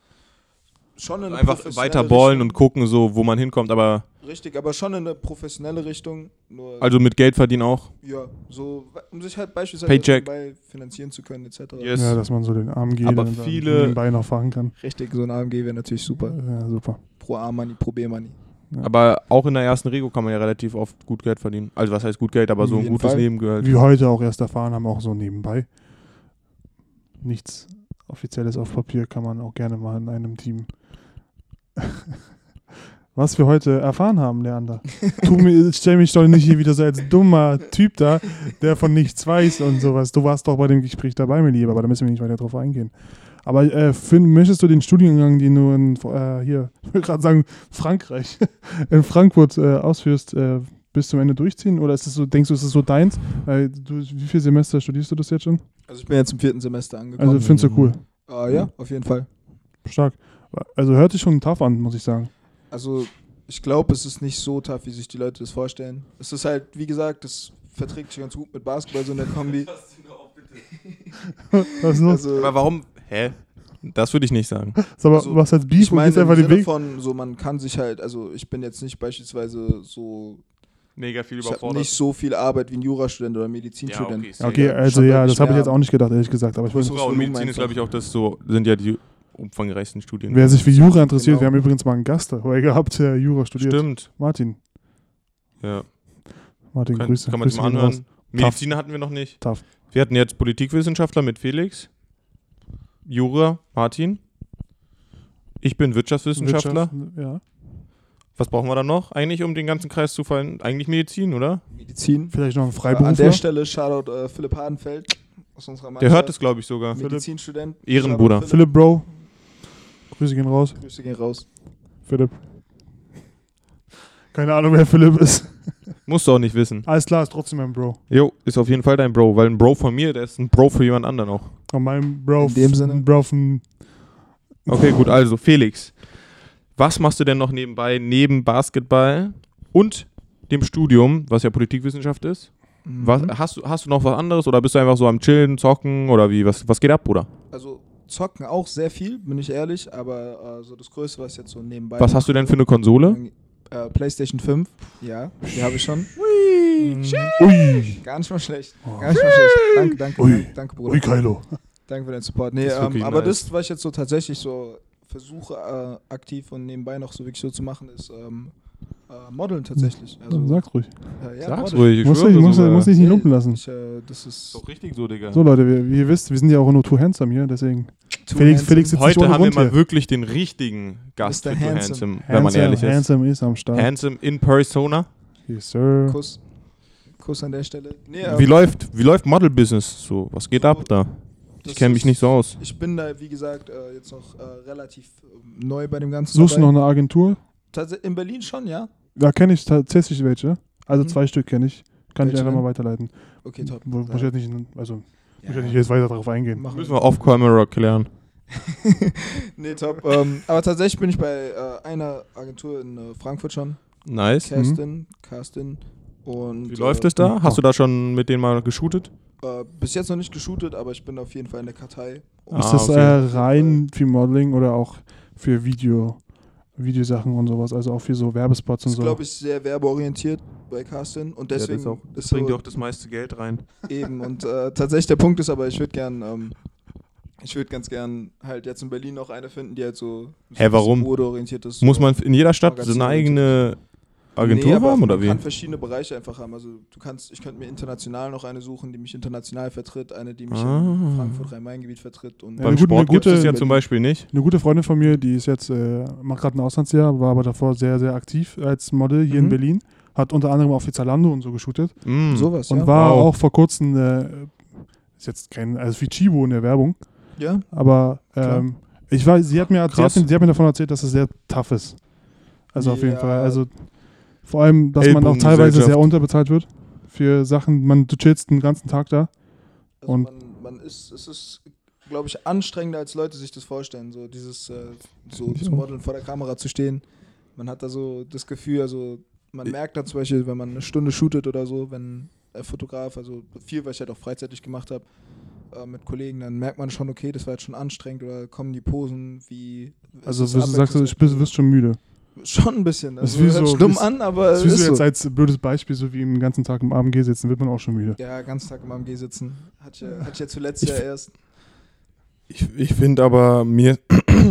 schon in eine Einfach professionelle weiter ballen und Richtung. gucken, so, wo man hinkommt, aber Richtig, aber schon in eine professionelle Richtung. Nur also mit Geld verdienen auch. ja, so um sich halt beispielsweise Paycheck. nebenbei finanzieren zu können, etc. Yes. Ja, dass man so den Arm geht Aber und dann viele- nebenbei noch fahren kann. Richtig, so ein AMG wäre natürlich super. Ja, super. Pro A Money, Pro B Money. Aber auch in der ersten Rego kann man ja relativ oft gut Geld verdienen. Also was heißt gut Geld, aber so Auf ein jeden gutes Fall. Leben gehört. Wie heute auch erst erfahren haben, auch so nebenbei. Nichts Offizielles auf Papier kann man auch gerne mal in einem Team. Was wir heute erfahren haben, Leander. Tu mir, stell mich doch nicht hier wieder so als dummer Typ da, der von nichts weiß und sowas. Du warst doch bei dem Gespräch dabei, mein Lieber, aber da müssen wir nicht weiter drauf eingehen. Aber äh, Finn, möchtest du den Studiengang, den du in, äh, hier, ich wollte gerade sagen, Frankreich, in Frankfurt äh, ausführst, äh, bis zum Ende durchziehen? Oder ist es so, denkst du, ist es so deins? Weil du, wie viele Semester studierst du das jetzt schon? Also ich bin jetzt im vierten Semester angekommen. Also findest du cool. Ah, ja, auf jeden Fall. Stark. Also hört sich schon tough an, muss ich sagen. Also ich glaube, es ist nicht so tough, wie sich die Leute das vorstellen. Es ist halt, wie gesagt, das verträgt sich ganz gut mit Basketball, so in der Kombi. Was ist los? Also, Aber warum? Hä? Das würde ich nicht sagen. Sag mal, also, was heißt Beef ich und meine, gehst im einfach den Sinne Weg? von, so man kann sich halt, also ich bin jetzt nicht beispielsweise so, Mega viel ich habe nicht so viel Arbeit wie ein Jurastudent oder Medizinstudent. ist Ja, Okay, egal. also schon ja, deutlich das habe ich mehr jetzt auch nicht gedacht, ehrlich gesagt. Aber ich Muss weiß, man- Jura und Volumen Medizin ist, glaube einfach. ich, auch das so, sind ja die umfangreichsten Studien. wer sich für Jura interessiert, Genau. wir haben übrigens mal einen Gast dabei gehabt, der Jura studiert. Stimmt. Martin. Ja. Martin, Kann, Grüße. kann man sich Grüße mal gehen anhören. raus. Medizin hatten wir noch nicht. Tough. Wir hatten jetzt Politikwissenschaftler mit Felix, Jura, Martin. Ich bin Wirtschaftswissenschaftler. Wirtschaft, Ja. Was brauchen wir dann noch eigentlich, um den ganzen Kreis zu fallen? Eigentlich Medizin, oder? Medizin. Vielleicht noch ein Äh, An der Freiberufler. Stelle Shoutout äh, Philipp Hardenfeld aus unserer Mannschaft. Der hört es, glaube ich, sogar. Medizinstudent. Ehrenbruder. Shoutout Philipp. Philipp, Bro. Grüße gehen raus. Grüße gehen raus. Philipp. Keine Ahnung, wer Philipp ist. Musst du auch nicht wissen. Alles klar, ist trotzdem mein Bro. Jo, ist auf jeden Fall dein Bro, weil ein Bro von mir, der ist ein Bro für jemand anderen auch. Von meinem Bro. In dem Sinne. Bro von Okay, gut, also Felix, was machst du denn noch nebenbei, neben Basketball und dem Studium, was ja Politikwissenschaft ist? Was, hast, du- hast du noch was anderes oder bist du einfach so am Chillen, Zocken oder wie? Was, was geht ab, Bruder? Also zocken auch sehr viel, bin ich ehrlich, aber äh, so das Größte, was jetzt so nebenbei. Was hast du denn für eine Konsole? Äh, PlayStation 5, ja, die habe ich schon. Ui. Gar nicht mal schlecht. Oh. Gar nicht mal schlecht. Danke, danke, Ui. danke, danke Bruder. Ui, Kylo. Danke für deinen Support. Nee, Das ist ähm, wirklich aber nice. das, was ich jetzt so tatsächlich so versuche, äh, aktiv und nebenbei noch so wirklich so zu machen, ist ähm, äh, Modeln tatsächlich. Also, Sag's ruhig. äh, ja, Sag's Modeln. ruhig, ich Muss schwöre ich muss, sogar. muss dich nicht lumpen lassen. Ich, äh, das ist Doch richtig so, Digga. So, Leute, wie, wie ihr wisst, wir sind ja auch nur too handsome hier, deswegen. too Felix- handsome. Felix sitzt nicht Heute ohne haben wir Grund mal hier. wirklich den richtigen Gast Mr. für Too Handsome. Handsome, wenn man ehrlich ist. Handsome ist am Start. Handsome in persona. yes, sir. Kuss. Kuss an der Stelle. Nee, Wie ähm, läuft, wie läuft Model-Business so? Was geht ab da? das Ich kenne mich ist- nicht so aus. Ich bin da, wie gesagt, äh, jetzt noch äh, relativ ähm, neu bei dem Ganzen. Suchst du noch dabei. eine Agentur? Tatsächlich in Berlin schon, ja? Da kenne ich tatsächlich welche. Also Mhm. zwei Stück kenne ich. Kann ich Welche einfach denn? mal weiterleiten. Okay, top. Wo- Muss ich Ja. jetzt nicht, also, muss ich Ja. jetzt nicht jetzt weiter darauf eingehen. Machen Müssen wir off-camera klären. Nee, top. ähm, aber tatsächlich bin ich bei äh, einer Agentur in äh, Frankfurt schon. Nice. Kerstin. Kerstin. Und, Mhm. Wie läuft äh, es da? Hast du da schon mit denen mal geshootet? Äh, bis jetzt noch nicht geshootet, aber ich bin auf jeden Fall in der Kartei. Ah, Ist das okay. äh, rein für Modeling oder auch für Video, Videosachen und sowas? Also auch für so Werbespots und ist, so? glaube ich, sehr werbeorientiert bei Kerstin. Und das deswegen ist auch- ist Bringt dir so- auch das meiste Geld rein. Eben, und äh, tatsächlich der Punkt ist aber, ich würde gern, ähm, ich würde ganz gern halt jetzt in Berlin noch eine finden, die halt so Hä, warum? bodeorientiert ist. Muss man in jeder Stadt so Magazin- eine eigene Agentur Nee, aber haben oder man wie? kann verschiedene Bereiche einfach haben. Also du kannst, ich könnte mir international noch eine suchen, die mich international vertritt, eine, die mich Ah. in Frankfurt-Rhein-Main-Gebiet vertritt und Ja, Beim eine gute- eine Sport gibt es gute- ja zum Beispiel nicht. Eine gute Freundin von mir, die ist jetzt, äh, macht gerade ein Auslandsjahr, war aber davor sehr, sehr aktiv als Model hier in Mhm. Berlin. Hat unter anderem auch für Zalando und so geshootet. Mm. sowas. Und ja. war Wow. auch vor kurzem, äh, ist jetzt kein, also wie Chibo in der Werbung, ja, aber ähm, ich weiß, sie hat, mir, sie, hat, Krass. sie hat mir davon erzählt, dass es sehr tough ist. Also auf jeden Ja. Fall. Also vor allem, dass man auch teilweise Ellbogengesellschaft. sehr unterbezahlt wird für Sachen, man du chillst den ganzen Tag da. also und- man, man ist, es ist, glaube ich, anstrengender, als Leute sich das vorstellen, so dieses äh, so Ich zu auch. modeln, vor der Kamera zu stehen. Man hat da so das Gefühl, also man merkt da zum Beispiel, wenn man eine Stunde shootet oder so, wenn der Fotograf, also viel, was ich halt auch freizeitig gemacht habe, äh, mit Kollegen, dann merkt man schon, okay, das war jetzt schon anstrengend oder kommen die Posen, wie. Also ist du das sagst, du, ich bin, wirst schon müde. Schon ein bisschen. Das Also, ist wie hört so- schlimm ist- an, aber. Das ist Äh, Ist so jetzt so. als blödes Beispiel, so wie den ganzen Tag im AMG sitzen, wird man auch schon müde. Ja, ganz Tag im AMG sitzen. Hatte ich ja, hatte ich ja zuletzt Ich- ja erst. Ich, ich finde aber, mir,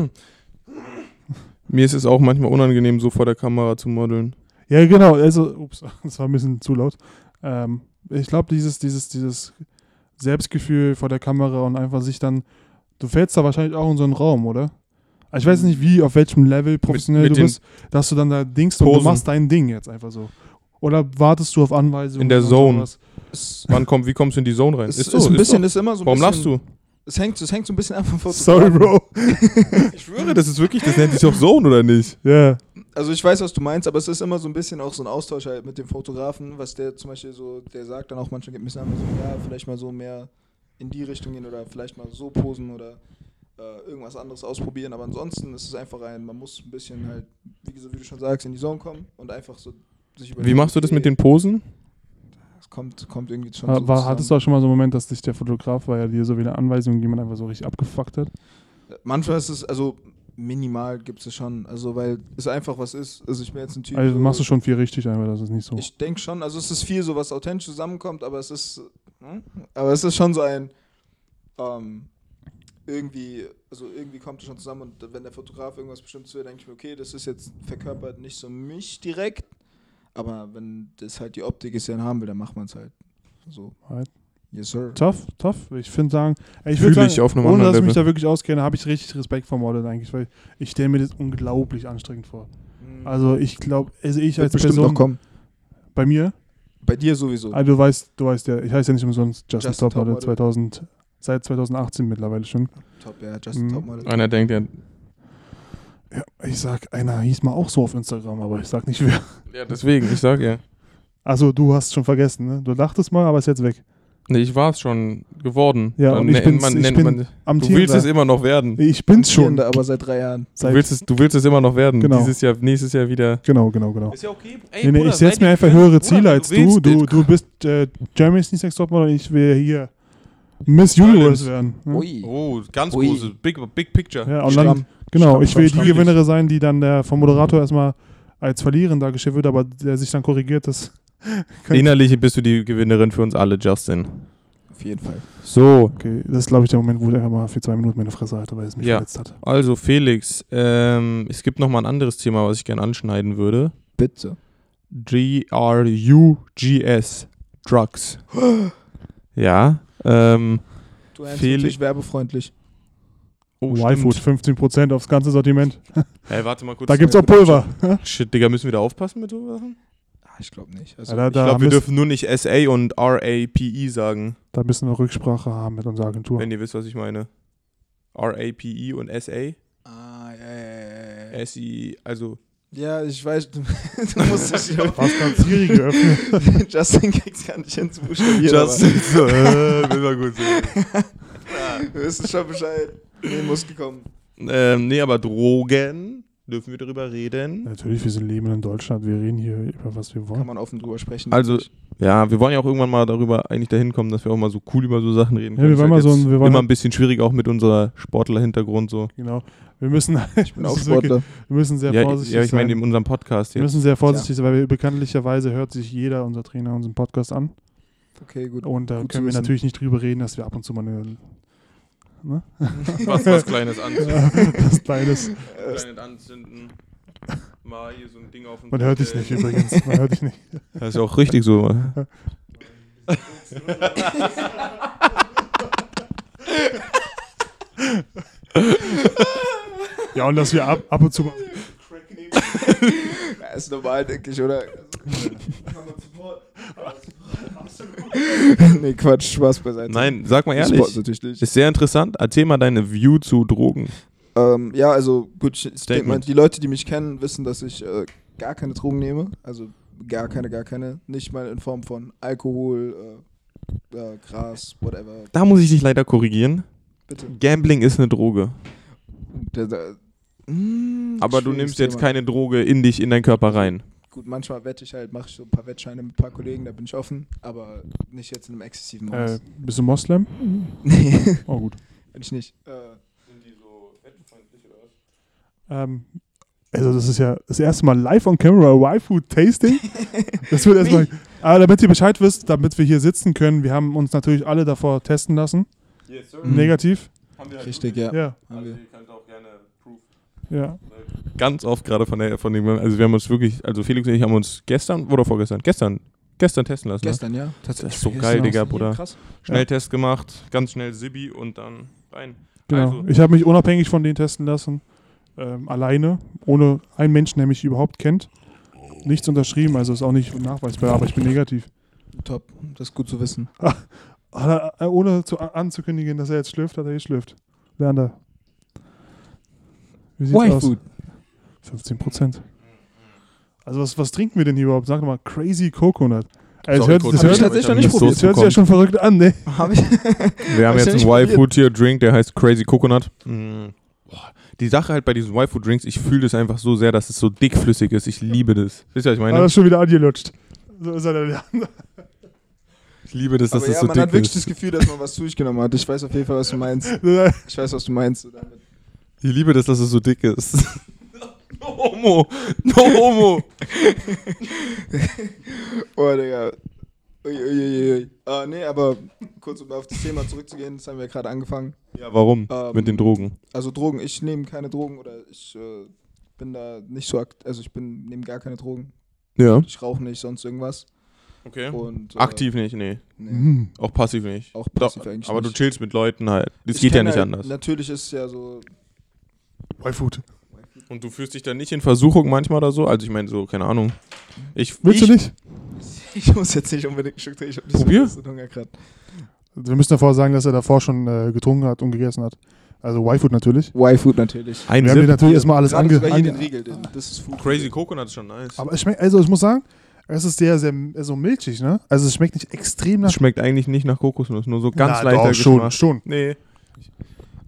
mir ist es auch manchmal unangenehm, so vor der Kamera zu modeln. Ja, genau. Also, ups, das war ein bisschen zu laut. Ähm, ich glaube, dieses, dieses, dieses Selbstgefühl vor der Kamera und einfach sich dann, du fällst da wahrscheinlich auch in so einen Raum, oder? Also ich weiß nicht, wie, auf welchem Level professionell Mhm. mit du den bist, dass du dann da dingst und du Posen. machst dein Ding jetzt einfach so. Oder wartest du auf Anweisungen? In der und Zone. sowas? Es Wann komm, wie kommst du in die Zone rein? Es ist, ein bisschen, ist immer so ein Warum bisschen. lachst du? Es hängt, es hängt so ein bisschen einfach vor. Sorry, Bro. Ich schwöre, das ist wirklich, das nennt sich doch Zone, oder nicht? Ja. Also ich weiß, was du meinst, aber es ist immer so ein bisschen auch so ein Austausch halt mit dem Fotografen, was der zum Beispiel so, der sagt dann auch manchmal gibt es einfach so, ja, vielleicht mal so mehr in die Richtung gehen oder vielleicht mal so posen oder äh, irgendwas anderes ausprobieren. Aber ansonsten ist es einfach ein, man muss ein bisschen halt, wie, gesagt, wie du schon sagst, in die Zone kommen und einfach so sich überlegen. Wie machst du das mit den Posen? Es kommt, kommt irgendwie schon War, so Äh, war, hattest du zusammen. auch schon mal so einen Moment, dass dich der Fotograf, weil er dir so wieder Anweisungen gegeben hat, einfach so richtig abgefuckt hat? Manchmal ist es, also minimal gibt es schon, also weil es einfach was ist. Also ich bin jetzt ein Typ. Also so- machst du schon viel richtig einfach, das ist nicht so. Ich denke schon, also es ist viel so, was authentisch zusammenkommt, aber es ist, hm? aber es ist schon so ein, ähm, irgendwie, also irgendwie kommt es schon zusammen und wenn der Fotograf irgendwas bestimmt will, denke ich mir, okay, das ist jetzt verkörpert nicht so mich direkt, aber wenn das halt die Optik ist, die er haben will, dann macht man es halt. So, Alright. yes sir. Tough, tough. Ich finde sagen, ey, ich Fühl würde ich auf sagen, einem ohne anderen dass ich mich Level. da wirklich auskenne, habe ich richtig Respekt vor Modeln eigentlich, weil ich stelle mir das unglaublich anstrengend vor. Mhm. Also ich glaube, also ich Wird als bestimmt noch Person kommen. bei mir, Bei dir sowieso. also du weißt, du weißt ja, ich heiße ja nicht umsonst Justin Justin Top Model Topmodel. 2000, seit 2018 mittlerweile schon. Top, ja, Justin Mhm. Topmodel. Einer denkt ja, Ja, ich sag, einer hieß mal auch so auf Instagram, aber ich sag nicht wer. ja deswegen, ich sag ja. Also du hast schon vergessen, ne? Du dachtest mal, aber ist jetzt weg. Nee, ich war's schon geworden. Ja, und ich nennt bin's- ich bin man, Am Du willst es immer noch werden. Nee, Ich bin's schon. Aber seit drei Jahren. Du Seit, willst es, du willst es immer noch werden. Genau. Dieses Jahr, nächstes Jahr wieder. genau, genau, genau. Ist ja okay. nee, nee, ich setze mir einfach höhere Ziele als du. Du, du bist äh, Jeremy's Next Topmodel und ich will hier Miss Universe werden. Ne? Ui. Oh, ganz Ui. große, big, big picture. Ja, und Stramm. dann, genau, Stramm, ich will stramm, die stramm. Gewinnerin sein, die dann der, vom Moderator erstmal als Verliererin dargestellt wird, aber der sich dann korrigiert, dass Innerlich bist du die Gewinnerin für uns alle, Justin. Auf jeden Fall. So, Okay, das ist, glaube ich, der Moment, wo ich einfach mal für zwei Minuten meine Fresse halte, weil es mich Ja. verletzt hat. also Felix, ähm, es gibt nochmal ein anderes Thema, was ich gerne anschneiden würde. Bitte. G-R-U-G-S. Drugs. Ja. Ähm, Du ernst Felix- natürlich werbefreundlich. oh, Y-Food, stimmt. 15% aufs ganze Sortiment. Ey, warte mal kurz. Da gibt's auch Pulver. Shit, Digga, müssen wir da aufpassen mit so Sachen? Ah, ich glaube nicht. Also, Ja, da, Ich da, glaube, wir müssen, dürfen nur nicht SA und RAPE E sagen, da müssen wir Rücksprache haben mit unserer Agentur. wenn ihr wisst, was ich meine. RAPE E und SA? Ah, ja, ja, ja, ja. SI, also. Ja, ich weiß, du, du musst dich auch. Was kann Siri geöffnet? Justin kriegst gar nicht hin zu buchstabieren. so, äh, will mal gut sehen. aber Ah, Wir wissen schon Bescheid. Nee, muss gekommen. Ähm, nee, aber Drogen, dürfen wir darüber reden? Natürlich, wir sind leben in Deutschland. Wir reden hier über was wir Kann wollen. man offen drüber sprechen. Also, ja, wir wollen ja auch irgendwann mal darüber eigentlich dahin kommen, dass wir auch mal so cool über so Sachen reden Ja, können. wir Ist wollen halt mal so jetzt ein- wir wollen immer mal- ein bisschen schwierig, auch mit unserer Sportler-Hintergrund so. Genau. Wir müssen, ich bin auch Sportler. wir müssen sehr Ja, vorsichtig ja, ich meine sein. in unserem Podcast Wir jetzt. müssen sehr vorsichtig sein, weil wir bekanntlicherweise hört sich jeder, unser Trainer, unseren Podcast an. Okay, gut. Und da Gut zu können wir wissen. natürlich nicht drüber reden, dass wir ab und zu mal eine, Was, was Kleines anzünden. was Kleines. Äh, Kleines anzünden. Äh, Mal hier so ein Ding auf den Man hört dich nicht übrigens. Man hört dich nicht. Das ist ja auch richtig so. Ja, und dass wir ab, ab und zu mal. Ja, ist normal, denke ich, oder? nee, Quatsch, Spaß beiseite. Nein, sag mal Sport ehrlich. natürlich nicht. Ist sehr interessant. Erzähl mal deine View zu Drogen. Ähm, ja, also gut, ich- ich denk mal, Statement. die Leute, die mich kennen, wissen, dass ich äh, gar keine Drogen nehme. Also gar keine, gar keine. Nicht mal in Form von Alkohol, äh, äh, Gras, whatever. Da muss ich dich leider korrigieren. Bitte. Gambling ist eine Droge. Da, da, Mm, Aber du schwieriges nimmst jetzt Thema. keine Droge in dich, in deinen Körper rein. Gut, manchmal wette ich halt, mache ich so ein paar Wettscheine mit ein paar Kollegen, da bin ich offen, aber nicht jetzt in einem exzessiven Äh, Maß. bist du Moslem? Mhm. Nee, Oh, gut. bin ich nicht. Äh, Ähm, also, das ist ja das erste Mal live on camera Y-Food-Tasting. Das wird erstmal. Aber damit ihr Bescheid wisst, damit wir hier sitzen können, wir haben uns natürlich alle davor testen lassen. Hm. Negativ. richtig, Mhm. ja. Ja, Haben wir. ja. Ganz oft gerade von der, von dem, also wir haben uns wirklich, also Felix und ich haben uns gestern oder vorgestern, gestern, gestern testen lassen. Gestern, ja. Tatsächlich. Das ist so geil, Digga, Bruder. Krass. Ne? Schnelltest gemacht, ganz schnell Sibi und dann rein. Genau. Also- ich habe mich unabhängig von denen testen lassen. Ähm, alleine, ohne einen Menschen, der mich überhaupt kennt. Nichts unterschrieben, also ist auch nicht nachweisbar, aber ich bin negativ. Top, das ist gut zu wissen. hat er, äh, ohne zu, anzukündigen, dass er jetzt schlüpft, hat er geschlüpft. Leander. Wie sieht's Why aus? Food? 15 Prozent. Also was, was trinken wir denn hier überhaupt? Sag doch mal, Crazy Coconut. Sorry, Also es hört, Coconut. das Hab hört, ich tatsächlich noch nicht So das hört sich ja zukommen. schon verrückt an, ne? Hab ich. Wir haben Hab's ja jetzt einen nicht probiert. Y-Food-Tier-Drink, der heißt Crazy Coconut. Mhm. Boah, Die Sache halt bei diesen Y-Food-Drinks, ich fühle es einfach so sehr, dass es so dickflüssig ist. Ich liebe das. Wisst ihr, was ich Hat er meine? schon wieder angelutscht. So ist er dann. Ich liebe das, dass Aber es ja, so man hat dick wirklich das ist. Gefühl, dass man was zu sich genommen hat. Ich weiß auf jeden Fall, was du meinst. Ich weiß, was du meinst. Oh, Ich liebe das, dass es so dick ist. no homo. No homo. Oh, Digga. Ui, ui, ui, ui. Ah, nee, aber kurz um auf das Thema zurückzugehen, das haben wir gerade angefangen. Ja, warum? Ähm, Mit den Drogen. Also Drogen, ich nehme keine Drogen oder ich äh, bin da nicht so aktiv, also ich bin nehme gar keine Drogen. Ja. Ich rauche nicht, sonst irgendwas. Okay. Und, äh, Aktiv nicht, nee. Nee, Hm. Auch passiv nicht. auch passiv Doch, eigentlich aber nicht. du chillst mit Leuten halt. Das Ich geht ja kenn nicht halt- anders. Natürlich ist ja so, Y-Food. Und du fühlst dich dann nicht in Versuchung manchmal oder so? Also ich meine so, keine Ahnung. Ich, Willst ich, du nicht? ich muss jetzt nicht unbedingt ein Stück trinken, ich hab nicht Probier. so viel Hunger gerade. Also Wir müssen davor sagen, dass er davor schon äh, getrunken hat und gegessen hat. Also Y-Food natürlich. Y-Food natürlich. Ein Wir haben dir Sip. natürlich erstmal alles Gerade ange... sogar hier den ange Riegel, den, das ist Food. Crazy Coconut ist schon nice. aber es schmeckt, also ich muss sagen, es ist sehr, sehr so milchig, ne? Also es schmeckt nicht extrem nach... Das schmeckt eigentlich nicht nach Kokosnuss, nur so ganz Na, leichter doch, schon, Geschmack. schon. Nee,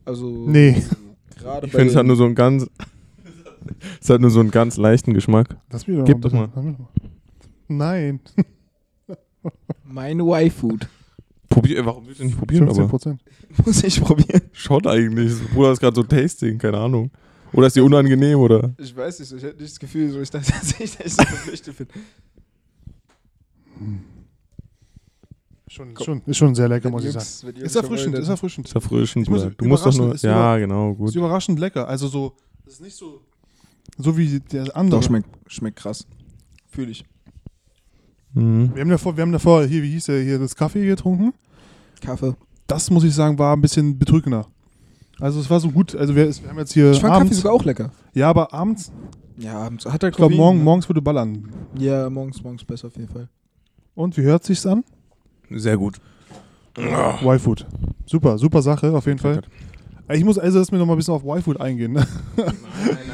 Also Nee, halt gerade ich finde es hat nur so einen ganz es hat nur so einen ganz leichten Geschmack. lass mich doch Gib doch bitte. Lass mich doch mal. Nein, mein Y-Food. Probier, äh, warum willst du nicht probieren, 15 aber? Prozent. Muss ich probieren. Schon eigentlich. Das Bruder ist gerade so Tasting, keine Ahnung. Oder ist dir unangenehm oder? Ich weiß nicht, so, ich hätte nicht das Gefühl, so, ich dachte, dass ich, dass ich so verpflichtet bin. Schon, schon, ist schon sehr lecker, muss ich sagen. Jungs- wenn die Jungs Ist erfrischend, wollen, ist dann- erfrischend. Ist erfrischend, muss- Bruder. Du musst doch nur. überraschend, ist Ja, genau, gut. Ist überraschend lecker. Also so, das ist nicht so. So wie der andere. Doch, schmeckt, schmeckt krass. Fühle ich. Mhm. wir haben davor, wir haben davor, hier, wie hieß der, hier das Kaffee getrunken. Kaffee. Das muss ich sagen, war ein bisschen betrügender. Also es war so gut. Also wir, wir haben jetzt hier Ich fand Kaffee abends. sogar auch lecker. ja, aber abends, Ja, abends. Hat er ich glaube ne? morgen, morgens würde ballern. Ja, morgens, morgens besser auf jeden Fall. Und wie hört sich's an? Sehr gut. Y-Food. Super, super Sache auf jeden Fall. Ich muss also erst mir noch mal ein bisschen auf Y-Food eingehen. Ne? Nein,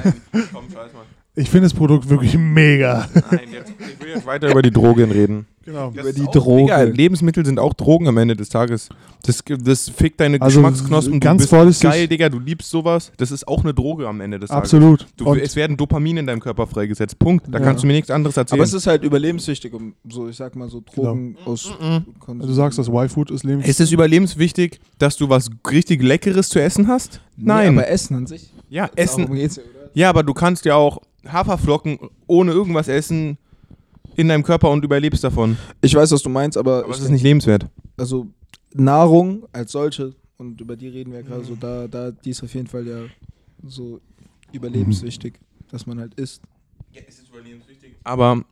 nein, komm, scheiß mal. Ich finde das Produkt wirklich mega. Nein, jetzt, ich will jetzt weiter über die Drogen reden. Genau. Über die Egal, Droge. Lebensmittel sind auch Drogen am Ende des Tages. Das, das fickt deine Also, Geschmacksknospen. ganz du bist vorsichtig- geil, Digga, du liebst sowas. Das ist auch eine Droge am Ende des Tages. Absolut. Du, es werden Dopamin in deinem Körper freigesetzt. Punkt. Da Ja. kannst du mir nichts anderes erzählen. Aber es ist halt überlebenswichtig, um so, ich sag mal, so Drogen aus. Konsum. Genau. du sagst, das Y-Food ist Lebens. Ist es überlebenswichtig, dass du was richtig Leckeres zu essen hast? Nee, aber Essen an sich. ja, Darum Essen. geht's ja, oder? Ja, aber du kannst ja auch Haferflocken ohne irgendwas essen in deinem Körper und überlebst davon. Ich weiß, was du meinst, aber. Aber ich es ist nicht lebenswert. also Nahrung als solche, und über die reden wir ja gerade so, da, da, die ist auf jeden Fall ja so überlebenswichtig, dass man halt isst. Aber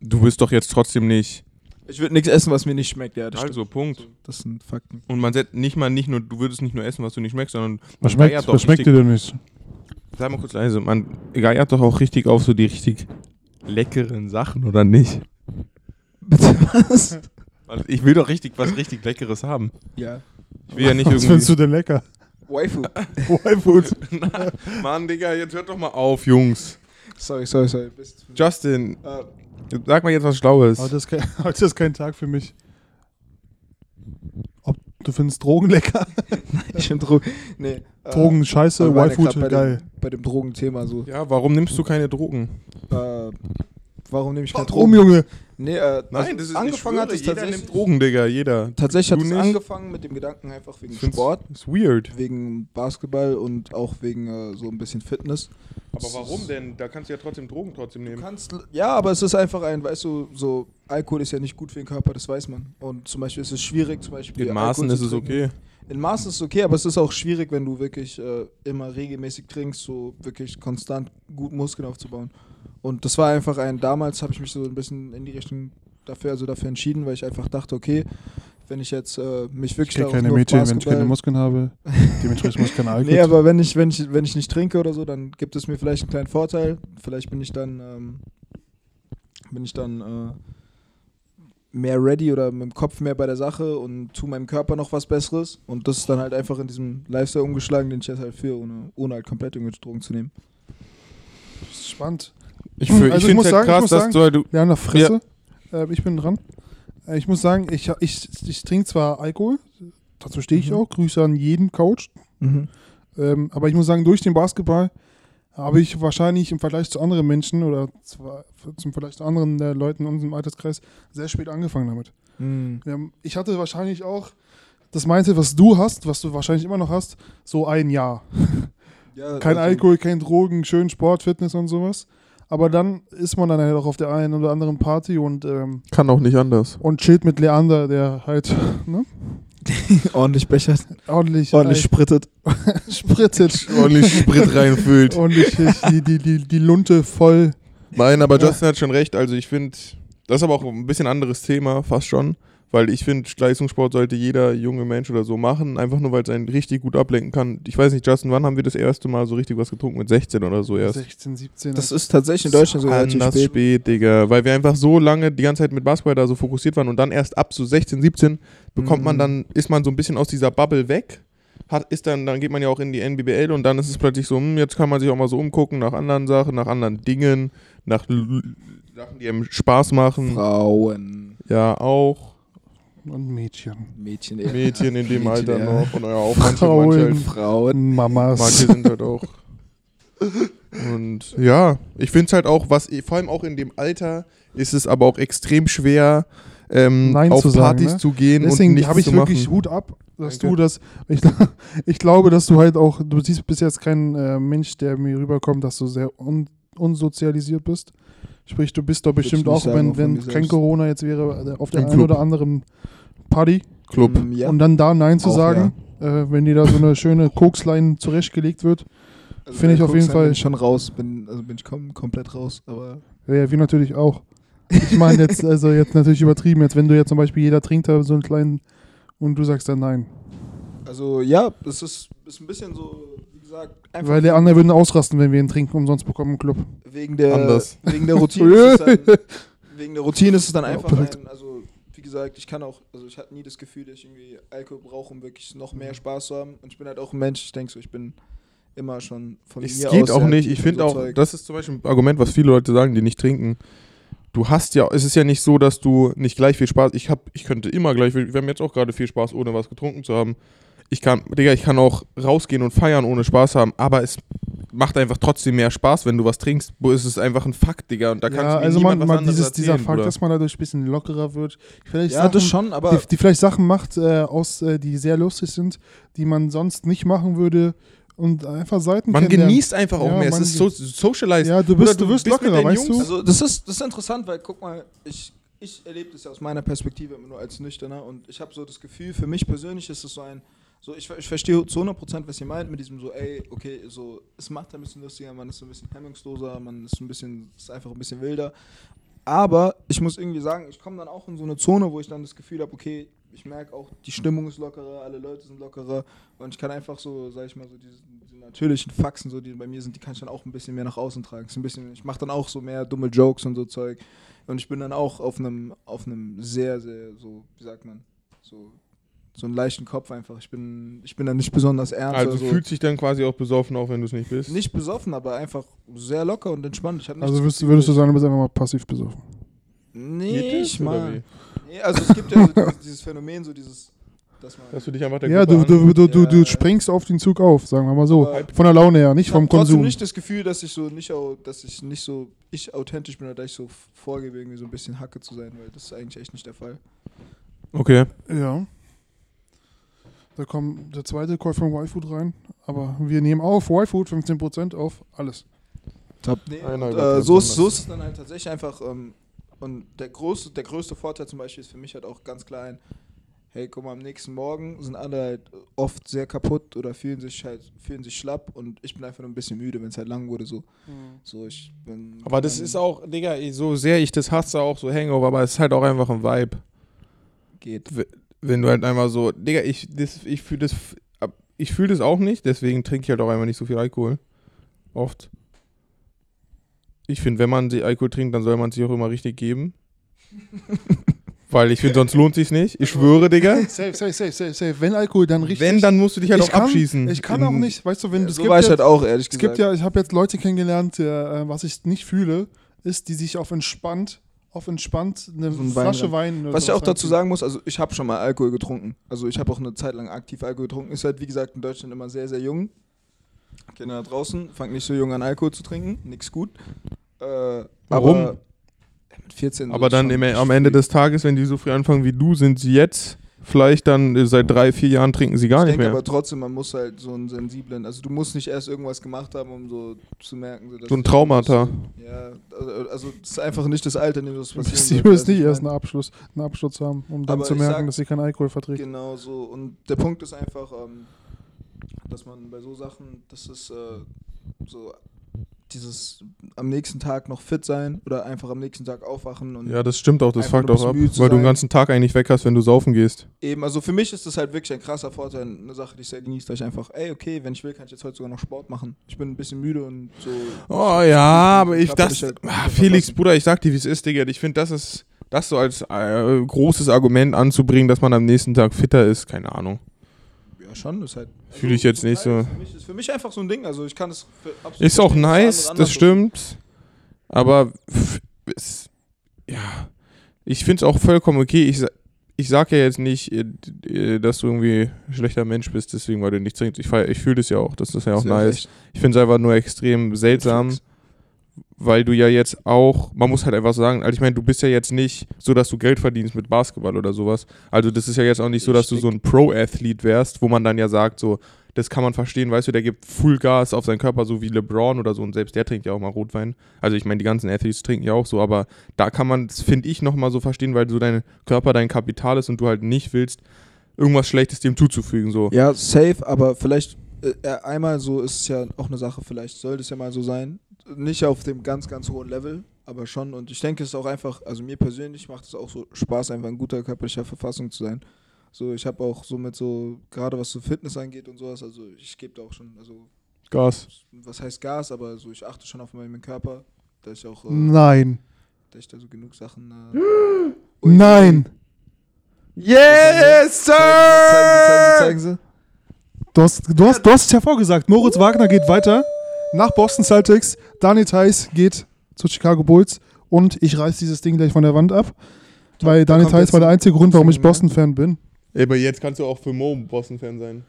du wirst doch jetzt trotzdem nicht. Ich würde nichts essen, was mir nicht schmeckt, ja. Das, Also, Punkt. stimmt. das sind Fakten. Und man setzt nicht mal nicht nur, du würdest nicht nur essen, was du nicht schmeckst, sondern was man schmeckt, geiert was doch schmeckt dir richtig, denn nicht? Sei mal kurz leise, man geiert doch auch richtig auf so die richtig leckeren Sachen, oder nicht? Bitte was? Also ich will doch richtig was richtig Leckeres haben. ja. Ich will ja nicht Was irgendwie. findest du denn lecker? Waifu. Y-Food. Na, Mann, Digga, jetzt hört doch mal auf, Jungs. Sorry, sorry, sorry. Bist, Justin, äh, sag mal jetzt was Schlaues. Heute ist, kein, heute ist kein Tag für mich. Ob du findest Drogen lecker? ich bin Drogen. Nee. äh, Drogen scheiße, wir waren ja Y-Food grad bei geil. Dem, bei dem Drogenthema so. Ja, warum nimmst du keine Drogen? Äh, warum nehme ich Oh, keine Warum, Drogen? Junge? Nee, äh, also angefangen angefangen schwöre, hat es jeder nimmt tatsächlich. Drogen, Digga, jeder. Tatsächlich Du hat es nicht? angefangen mit dem Gedanken einfach wegen Ich find's- Sport. Ist weird. wegen Basketball und auch wegen äh, so ein bisschen Fitness. Aber warum denn? Da kannst du ja trotzdem Drogen trotzdem Du nehmen. kannst, ja, aber es ist einfach ein, weißt du, so Alkohol ist ja nicht gut für den Körper, das weiß man. Und zum Beispiel ist es schwierig, zum Beispiel. In Maßen Alkohol ist zu es trinken. okay. In Maßen ist es okay, aber es ist auch schwierig, wenn du wirklich äh, immer regelmäßig trinkst, so wirklich konstant gut Muskeln aufzubauen. Und das war einfach ein, damals habe ich mich so ein bisschen in die Richtung dafür, also dafür entschieden, weil ich einfach dachte, okay, wenn ich jetzt äh, mich Ich wirklich krieg darauf keine nur auf Mädchen, wenn ich Basketball- keine Muskeln habe. Dementsprechend muss ich keinen Alkohol. Nee, aber wenn ich, wenn, ich, wenn ich nicht trinke oder so, dann gibt es mir vielleicht einen kleinen Vorteil. Vielleicht bin ich dann, ähm, bin ich dann, äh, mehr ready oder mit dem Kopf mehr bei der Sache und zu meinem Körper noch was Besseres. Und das ist dann halt einfach in diesem Lifestyle umgeschlagen, den ich jetzt halt für, ohne, ohne halt komplett irgendwelche Drogen zu nehmen. Spannend. Ich, fü- Also ich ich finde muss es sagen, halt krass, ich muss dass sagen- du, halt- du. Leander Fresse. Äh, ich bin dran. Äh, ich muss sagen, ich, ich, ich trinke zwar Alkohol, dazu stehe ich Mhm. auch, Grüße an jeden Coach, Mhm. ähm, aber ich muss sagen, durch den Basketball habe ich wahrscheinlich im Vergleich zu anderen Menschen oder zwar zum Vergleich zu anderen äh, Leuten in unserem Alterskreis sehr spät angefangen damit. Mhm. Ähm, ich hatte wahrscheinlich auch das Mindset, was du hast, was du wahrscheinlich immer noch hast, so ein Jahr. Kein Alkohol, kein Drogen, schön Sport, Fitness und sowas. Aber dann ist man dann halt auch auf der einen oder anderen Party und ähm, Kann auch nicht anders. und chillt mit Leander, der halt ne, Ordentlich bechert, ordentlich, ordentlich sprittet. äh, sprittet Ordentlich Sprit reinfüllt. und ich, ich, die, die, die, die Lunte voll. Nein, aber Ja. Justin hat schon recht. Also ich finde, das ist aber auch ein bisschen anderes Thema, fast schon. Weil ich finde, Leistungssport sollte jeder junge Mensch oder so machen, einfach nur, weil es einen richtig gut ablenken kann. Ich weiß nicht, Justin, wann haben wir das erste Mal so richtig was getrunken? Mit 16 oder so erst. 16, 17. Das ist tatsächlich in Deutschland so relativ Anders spät. spät, Digga. Weil wir einfach so lange die ganze Zeit mit Basketball da so fokussiert waren und dann erst ab zu 16, 17 bekommt man Mhm. dann, ist man so ein bisschen aus dieser Bubble weg. Hat, ist dann, dann geht man ja auch in die NBBL und dann ist es plötzlich so, hm, jetzt kann man sich auch mal so umgucken nach anderen Sachen, nach anderen Dingen, nach L- Sachen, die einem Spaß machen. Frauen, Ja, auch und Mädchen. Mädchen, eher. Mädchen in dem Mädchen, Alter ja. noch. Und ja, auch manche, manche, Frauen. halt, Frauen. manche Mamas. sind halt auch. Und ja, ich finde es halt auch, was vor allem auch in dem Alter ist es aber auch extrem schwer, ähm, Nein auf zu sagen, Partys ne? zu gehen und Deswegen nichts habe ich zu wirklich machen. Hut ab, dass Danke. du das. Ich, gl- ich glaube, dass du halt auch, du siehst bis jetzt keinen äh, Mensch, der mir rüberkommt, dass du sehr un, unsozialisiert bist. Sprich, du bist doch Würdest bestimmt du nicht auch, sagen, wenn, auch von wenn mir kein selbst. Corona jetzt wäre, äh, auf der Im einen Club. oder anderen Party Club. Mm, Ja. Und dann da Nein zu Auch, sagen, äh, wenn dir da so eine schöne Kokslein zurechtgelegt wird, Also Finde bei ich auf Koks jeden dann Fall- Bin ich schon raus, bin, also bin ich kom komplett raus, aber ja, wir natürlich auch. Ich meine jetzt, also jetzt natürlich übertrieben, jetzt wenn du jetzt zum Beispiel jeder trinkt da so einen kleinen und du sagst dann nein. also ja, es ist, ist ein bisschen so, wie gesagt, einfach Weil der andere würde ausrasten, wenn wir ihn trinken umsonst bekommen im Club. wegen der Anders. wegen der Routine ist es dann, wegen der Routine ist es dann einfach ein, also wie gesagt, ich kann auch, also ich hatte nie das Gefühl, dass ich irgendwie Alkohol brauche, um wirklich noch mehr Spaß zu haben und ich bin halt auch ein Mensch, ich denke so, ich bin immer schon von Es mir geht aus auch sehr nicht. Ich aktiv finde und auch, so Zeug. das ist zum Beispiel ein Argument, was viele Leute sagen, die nicht trinken. Du hast ja, es ist ja nicht so, dass du nicht gleich viel Spaß. Ich hab, ich könnte immer gleich. viel- Wir haben jetzt auch gerade viel Spaß, ohne was getrunken zu haben. Ich kann, Digga, ich kann auch rausgehen und feiern, ohne Spaß haben. Aber es macht einfach trotzdem mehr Spaß, wenn du was trinkst. Wo ist es einfach ein Fakt, Digga? Und da kannst ja, du mir also man, niemand was man anderes dieses, erzählen, dieser Fakt, Bruder. dass man dadurch ein bisschen lockerer wird. Vielleicht ja, Sachen, das schon, aber die, die vielleicht Sachen macht, äh, aus, äh, die sehr lustig sind, die man sonst nicht machen würde und einfach Seiten man kennenlernen. genießt einfach auch Ja, mehr. Es man ist so socialized. Ja, du Bruder, bist, du wirst bist mit lockerer, den weißt du? Jungs- Also das ist, das ist interessant, weil guck mal, ich, ich erlebe das ja aus meiner Perspektive immer nur als Nüchterner und ich habe so das Gefühl, für mich persönlich ist es so ein, so ich, ver- ich verstehe zu 100%, was ihr meint mit diesem so, ey, okay, so, es macht ein bisschen lustiger, man ist so ein bisschen hemmungsloser, man ist ein bisschen, ist einfach ein bisschen wilder, aber ich muss irgendwie sagen, ich komme dann auch in so eine Zone, wo ich dann das Gefühl habe, okay, ich merke auch, die Stimmung ist lockerer, alle Leute sind lockerer und ich kann einfach so, sag ich mal, so diese, diese natürlichen Faxen, so die bei mir sind, die kann ich dann auch ein bisschen mehr nach außen tragen. Ist ein bisschen, ich mache dann auch so mehr dumme Jokes und so Zeug und ich bin dann auch auf einem auf einem sehr sehr so, wie sagt man, so so einen leichten Kopf einfach. Ich bin ich bin dann nicht besonders ernst also oder so. fühlt sich dann quasi auch besoffen, auch wenn du es nicht bist. nicht besoffen, aber einfach sehr locker und entspannt. Ich hab nicht Also das würdest, Gefühl, würdest du dass- sagen, du bist einfach mal passiv besoffen. Geht Nee, das, ich oder mal. wie? Nee, also es gibt ja so dieses, dieses Phänomen, so dieses, dass man. Dass du dich einfach der Ja, du, Gruppe du, du, du, Ja. du springst auf den Zug auf, sagen wir mal so. Aber Von der Laune her, nicht ich vom habe Konsum. trotzdem nicht das Gefühl, dass ich so nicht, au- dass ich nicht so ich authentisch bin oder dass ich so vorgebe, irgendwie so ein bisschen Hacke zu sein, weil das ist eigentlich echt nicht der Fall. Okay. Ja. Da kommt der zweite Call von Y-Food rein. Aber wir nehmen auf Y-Food 15% auf alles. Nee, Einer und, äh, übertreibt so, anders. ist, so ist es dann halt tatsächlich einfach. Ähm, und der größte, der größte Vorteil zum Beispiel ist für mich halt auch ganz klar ein, hey, guck mal, am nächsten Morgen sind alle halt oft sehr kaputt oder fühlen sich halt, fühlen sich schlapp und ich bin einfach nur ein bisschen müde, wenn es halt lang wurde, so. So, ich bin. Aber das dann ist auch, Digga, so sehr ich das hasse, auch so Hangover, aber es ist halt auch einfach ein Vibe. Geht. W- Wenn du halt einmal so, Digga, ich, das- ich fühle das, f- ab- ich fühle das auch nicht, deswegen trinke ich halt auch einmal nicht so viel Alkohol. Oft. Ich finde, wenn man die Alkohol trinkt, dann soll man sich auch immer richtig geben. Weil ich finde, sonst lohnt sich's nicht. Ich schwöre, Digga. Safe, safe, safe, safe, safe. Wenn Alkohol, dann richtig. Wenn, dann musst du dich halt ich auch kann, abschießen. Ich kann In- auch nicht, weißt du, wenn es so gibt war ich ja- halt auch, ehrlich Es gesagt. gibt ja, ich habe jetzt Leute kennengelernt, der, äh, was ich nicht fühle, ist, die sich auf entspannt, auf entspannt eine So ein Wein Flasche rein. Wein. oder halt Was ich auch sowas dazu reinziehen. sagen muss, also ich habe schon mal Alkohol getrunken. Also ich habe auch eine Zeit lang aktiv Alkohol getrunken. Ist halt, wie gesagt, in Deutschland immer sehr, sehr jung. Kinder da draußen, fangt nicht so jung an, Alkohol zu trinken. Nix gut. Äh, Warum? Aber, ja, mit 14. Aber wird's dann schon im, am Ende des Tages, wenn die so früh anfangen wie du, sind sie jetzt vielleicht dann äh, seit drei, vier Jahren trinken sie gar ich nicht denke mehr. aber trotzdem, man muss halt so einen sensiblen, also du musst nicht erst irgendwas gemacht haben, um so zu merken, so, dass so ein du- Traumata. Ja, also, also das ist einfach nicht das Alter, in dem das Also passiert. Sie müssen nicht erst einen Abschluss, einen Abschluss haben, um dann Aber zu ich merken, sag- dass sie keinen Alkohol verträgt. Genau so. Und der Punkt ist einfach, ähm, dass man bei so Sachen, dass es äh, so dieses am nächsten Tag noch fit sein oder einfach am nächsten Tag aufwachen und Ja, das stimmt auch, das Einfach fuckt nur auch ab, bisschen müde zu weil du den sein. ganzen Tag eigentlich weg hast, wenn du saufen gehst. eben, also für mich ist das halt wirklich ein krasser Vorteil, eine Sache, die ich sehr genieße, weil ich einfach, ey, okay, wenn ich will, kann ich jetzt heute sogar noch Sport machen. Ich bin ein bisschen müde und so. Oh ja, aber ich Körper das. dich halt Ah, Felix, verlassen. Bruder, ich sag dir, wie es ist, Digga. Ich finde, das ist das so als äh, großes Argument anzubringen, dass man am nächsten Tag fitter ist. Keine Ahnung. Ja, schon, ist halt. Fühl ich jetzt zum nicht Teil so. Für mich, ist für mich einfach so ein Ding, also ich kann es. für absolut Ist auch verstehen, dass nice, der andere das anders ist. stimmt. Aber pff, es, ja, ich finde es auch vollkommen okay. Ich, sa- ich sage ja jetzt nicht, äh, d- äh, dass du irgendwie ein schlechter Mensch bist, deswegen, weil du nicht trinkst. Ich, feier- ich fühle das ja auch, das ist ja auch Ist ja nice. echt Ich finde es einfach nur extrem seltsam, fix. weil du ja jetzt auch, man muss halt einfach sagen, also ich meine, du bist ja jetzt nicht so, dass du Geld verdienst mit Basketball oder sowas. Also das ist ja jetzt auch nicht so, dass du so ein Pro-Athlet wärst, wo man dann ja sagt, so, das kann man verstehen, weißt du, der gibt Full Gas auf seinen Körper, so wie LeBron oder so und selbst der trinkt ja auch mal Rotwein. Also ich meine, die ganzen Athletes trinken ja auch so, aber da kann man, finde ich, nochmal so verstehen, weil so dein Körper dein Kapital ist und du halt nicht willst, irgendwas Schlechtes dem zuzufügen, so. Ja, safe, aber vielleicht äh, äh, einmal so ist es ja auch eine Sache, vielleicht sollte es ja mal so sein. Nicht auf dem ganz, ganz hohen Level, aber schon. Und ich denke, es ist auch einfach, also mir persönlich macht es auch so Spaß, einfach in guter körperlicher Verfassung zu sein. So, ich habe auch so mit so, gerade was so Fitness angeht und sowas, also ich gebe da auch schon, also Gas. was heißt Gas, aber so ich achte schon auf meinen Körper, dass ich auch, äh, Nein. dass ich da so genug Sachen. Äh, Ui, Nein. Yes, Zeigen Sie, sir! zeigen Sie, zeigen Du hast, du, hast, du hast es ja vorgesagt. Moritz Wagner geht weiter nach Boston Celtics. Daniel Theiss geht zu Chicago Bulls. Und ich reiß dieses Ding gleich von der Wand ab. Weil Da Daniel kommt Theiss jetzt war der ein einzige Grund, warum ich Ding, ne? Boston-Fan bin. Ey, aber jetzt kannst du auch für Mo Boston-Fan sein.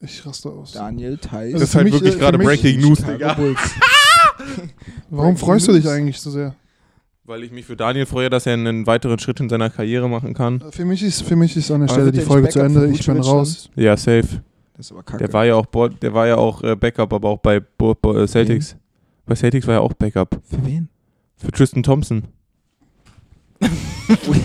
Ich raste aus. Sie. Daniel Theiss. Das Also ist für halt mich, wirklich äh, gerade für mich- Breaking News, Digga. Chicago Bulls. Warum freust du dich eigentlich so sehr? Weil ich mich für Daniel freue, dass er einen weiteren Schritt in seiner Karriere machen kann. Für mich ist, für mich ist an Also der Aber Stelle wird die der Folge nicht zu Backup Ende. von Ich bin Vucevic raus. Ja, safe. Das ist aber kacke. Der war ja auch, Bo der war ja auch äh, Backup, aber auch bei Bo Bo äh, Mhm. Celtics. Bei Celtics war er auch Backup. Für wen? Für Tristan Thompson. Genau,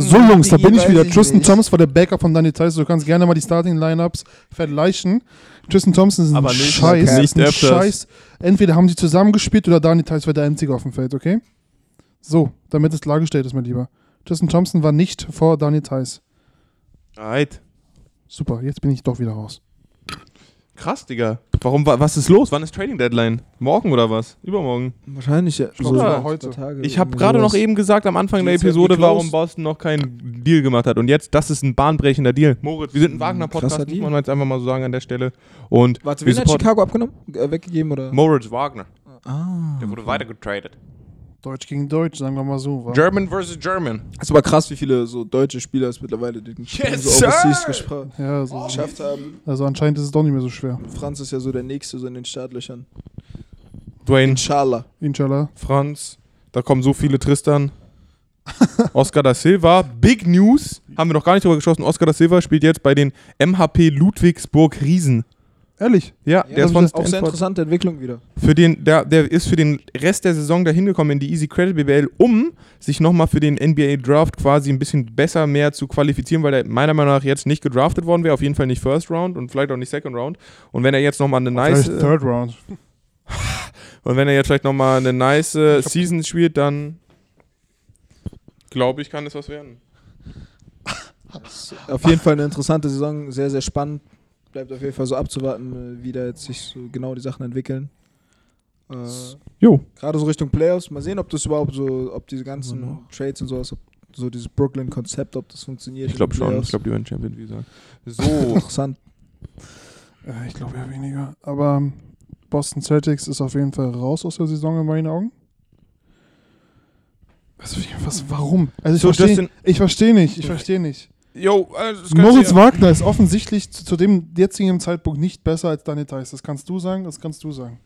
So, Jungs, da bin ich wieder. Tristan Thompson war der Backup von Daniel Theiss. Du kannst gerne mal die Starting-Lineups vergleichen. Tristan Thompson ist ein Aber nicht- Scheiß. nicht ist ein öfters. Scheiß. Entweder haben sie zusammengespielt oder Daniel Theiss war der Einzige auf dem Feld, okay? So, damit es klargestellt ist, mein Lieber. Tristan Thompson war nicht vor Daniel Theiss. Alright. Super, jetzt bin ich doch wieder raus. Krass, Digga. Warum, wa- was ist los? Wann ist Trading Deadline? Morgen oder was? Übermorgen. Wahrscheinlich ja. glaub, das war zwei heute. Tage Ich habe irgendwie gerade sowas. noch eben gesagt am Anfang der Jetzt wird Episode, geclosed. warum Boston noch keinen Deal gemacht hat. Und jetzt, das ist ein bahnbrechender Deal. Moritz, wir sind ein Wagner-Podcast, krasser muss Deal. man jetzt einfach mal so sagen an der Stelle. Und Warte, wir wen hat supporten Chicago abgenommen? Äh, weggegeben oder? Moritz Wagner. ah. Der wurde weitergetradet. Deutsch gegen Deutsch, sagen wir mal so. wa? German versus German. Ist aber krass, wie viele so deutsche Spieler es mittlerweile den Yes, so overseas sir! gespro- Ja, so. geschafft haben. Also anscheinend ist es doch nicht mehr so schwer. Franz ist ja so der Nächste so in den Startlöchern. Dwayne, Inshallah. Inshallah. Franz, da kommen so viele Tristan. Oscar da Silva, Big News, haben wir noch gar nicht drüber geschossen. Oscar da Silva spielt jetzt bei den MHP Ludwigsburg Riesen. Ehrlich? Ja, der ist von auch sehr Stanford. interessante Entwicklung wieder. Für den, der, der ist für den Rest der Saison da hingekommen in die Easy Credit BBL, um sich nochmal für den NBA Draft quasi ein bisschen besser mehr zu qualifizieren, weil er meiner Meinung nach jetzt nicht gedraftet worden wäre. Auf jeden Fall nicht First Round und vielleicht auch nicht Second Round. Und wenn er jetzt nochmal eine nice. äh, Vielleicht Third Round. Und wenn er jetzt vielleicht nochmal eine nice äh, Season spielt, dann glaube ich, kann es was werden. Ist auf jeden Fall eine interessante Saison, sehr, sehr spannend. Bleibt auf jeden Fall so abzuwarten, äh, wie da jetzt sich so genau die Sachen entwickeln. Äh, Jo. Gerade so Richtung Playoffs. Mal sehen, ob das überhaupt so, ob diese ganzen Trades und sowas, ob so dieses Brooklyn-Konzept, ob das funktioniert. Ich glaube in den schon. Playoffs. Ich glaube, die werden Champion, wie gesagt. So. Interessant. Äh, ich glaube ja weniger. Aber ähm, Boston Celtics ist auf jeden Fall raus aus der Saison in meinen Augen. Was, was, warum? Also ich So, verstehe Justin- ich verstehe nicht, ich verstehe nicht. Jo, also das Moritz könnt ihr- Wagner ist offensichtlich zu, zu dem jetzigen Zeitpunkt nicht besser als Daniel Theiss. Das kannst du sagen, das kannst du sagen.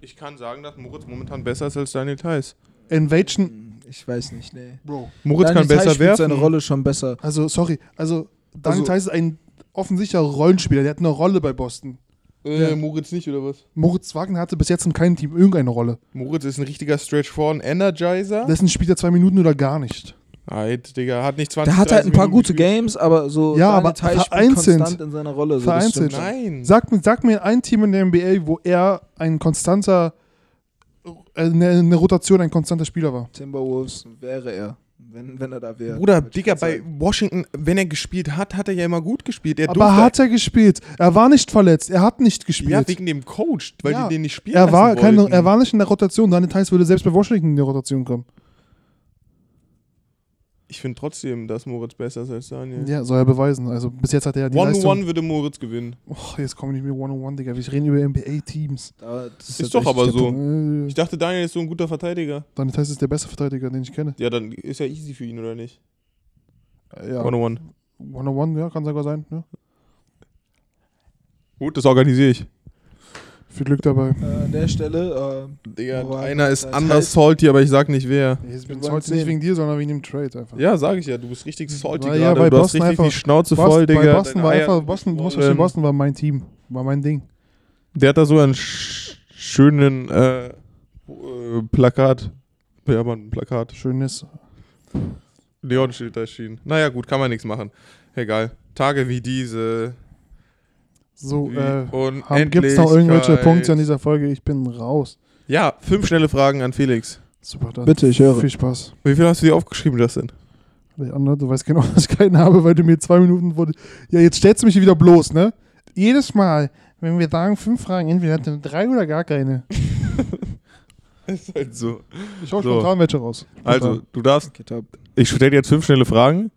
Ich kann sagen, dass Moritz momentan besser ist als Daniel Theiss. In welchen... Hm, Ich weiß nicht, nee. Bro. Moritz Daniel kann besser Theis spielt werfen. seine Rolle schon besser. Also, sorry. Also, Daniel Also- Theiss ist ein offensichtlicher Rollenspieler. Der hat eine Rolle bei Boston. Äh, Ja. Moritz nicht, oder was? Moritz Wagner hatte bis jetzt in keinem Team irgendeine Rolle. Moritz ist ein richtiger Stretch for ein Energizer. Dessen spielt er zwei Minuten oder gar nicht. Alter, Digga, hat nicht 20 Der hat halt ein 30 paar Minuten gute gespielt. Games, aber so Ja, Daniel aber Theis spielt vereinzelt. konstant in seiner Rolle. So, das Vereinzelt. stimmt schon. Nein. Sag, mir- sag mir ein Team in der NBA, wo er ein konstanter, äh, eine, eine Rotation, ein konstanter Spieler war. Timberwolves wäre er, wenn, wenn er da wäre. Bruder, Wollte ich Digga, grad sagen. bei Washington, wenn er gespielt hat, hat er ja immer gut gespielt. Er Aber durfte- hat er gespielt? Er war nicht verletzt. Er hat nicht gespielt. Ja, wegen dem Coach, weil Ja. die den nicht spielen er lassen war, keine, wollten. er war nicht in der Rotation. Daniel Theiss würde selbst bei Washington in die Rotation kommen. Ich finde trotzdem, dass Moritz besser ist als Daniel. Ja, soll er beweisen. Also bis jetzt hat er ja die Leistung. One-on-one würde Moritz gewinnen. Och, jetzt kommen wir nicht mehr One-on-One, Digga. Wir reden über NBA-Teams. Da- das Ist halt doch richtig aber der so. Punkt. Äh, Ich dachte, Daniel ist so ein guter Verteidiger. Daniel Theiss ist der beste Verteidiger, den ich kenne. Ja, dann ist ja easy für ihn, oder nicht? Äh, Ja, One-on-one. One-on-One, ja, kann sogar sein. Ja. Gut, das organisiere ich. Viel Glück dabei. Äh, an der Stelle, äh, Digga, Aber einer ist das anders heißt- salty, aber ich sag nicht wer. Ich Wir bin wollen's heute nicht sehen. wegen dir, sondern wegen dem Trade einfach. Ja, sag ich ja, du bist richtig salty gerade. Weil ja, bei du hast Boston richtig die einfach- Schnauze Boston, voll, Digga. bei Boston war Deine Eier- einfach, Boston, du musst Ähm. verstehen, Boston war mein Team, war mein Ding. Der hat da so einen sch schönen äh, äh, Plakat. Ja, Mann, ein Plakat. Schönes. Neonschild erschienen. Naja, gut, kann man nichts machen. Egal. Tage wie diese. So, Wie äh, haben, unendlich. gibt's noch irgendwelche Punkte an dieser Folge? Ich bin raus. Ja, fünf schnelle Fragen an Felix. Super, dann Bitte, ich höre. Viel Spaß. Wie viel hast du dir aufgeschrieben, Justin? Leander, du weißt genau, dass ich keinen habe, weil du mir zwei Minuten wurde. Ja, jetzt stellst du mich hier wieder bloß, ne? Jedes Mal, wenn wir sagen fünf Fragen, entweder hat er drei oder gar keine. Ist halt so. Ich hau So. spontan welche raus. Also, du darfst. okay, top. Ich stelle dir jetzt fünf schnelle Fragen.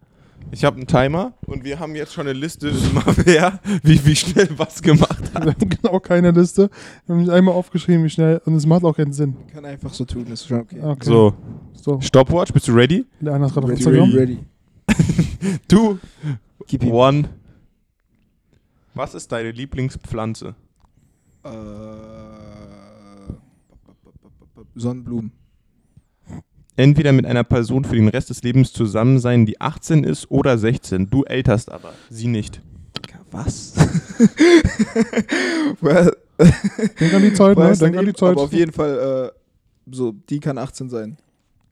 Ich habe einen Timer und wir haben jetzt schon eine Liste, mal wer, wie, wie schnell was gemacht hat. Wir haben genau keine Liste. Wir haben nicht einmal aufgeschrieben, wie schnell. Und es macht auch keinen Sinn. Ah, Kann einfach so tun, ist schon okay. Okay. So, so. Stopwatch, bist du ready? Leander ist gerade auf Ready, Instagram. ready, ready. Two, Gib ihm. one. Was ist deine Lieblingspflanze? Äh, Sonnenblumen. Entweder mit einer Person für den Rest des Lebens zusammen sein, die 18 ist oder 16. Du älterst aber, sie nicht. Was? well, Denk an die Zeit, ne? weiß Denk nicht, an die Zeit. Aber auf jeden Fall, äh, so, die kann 18 sein.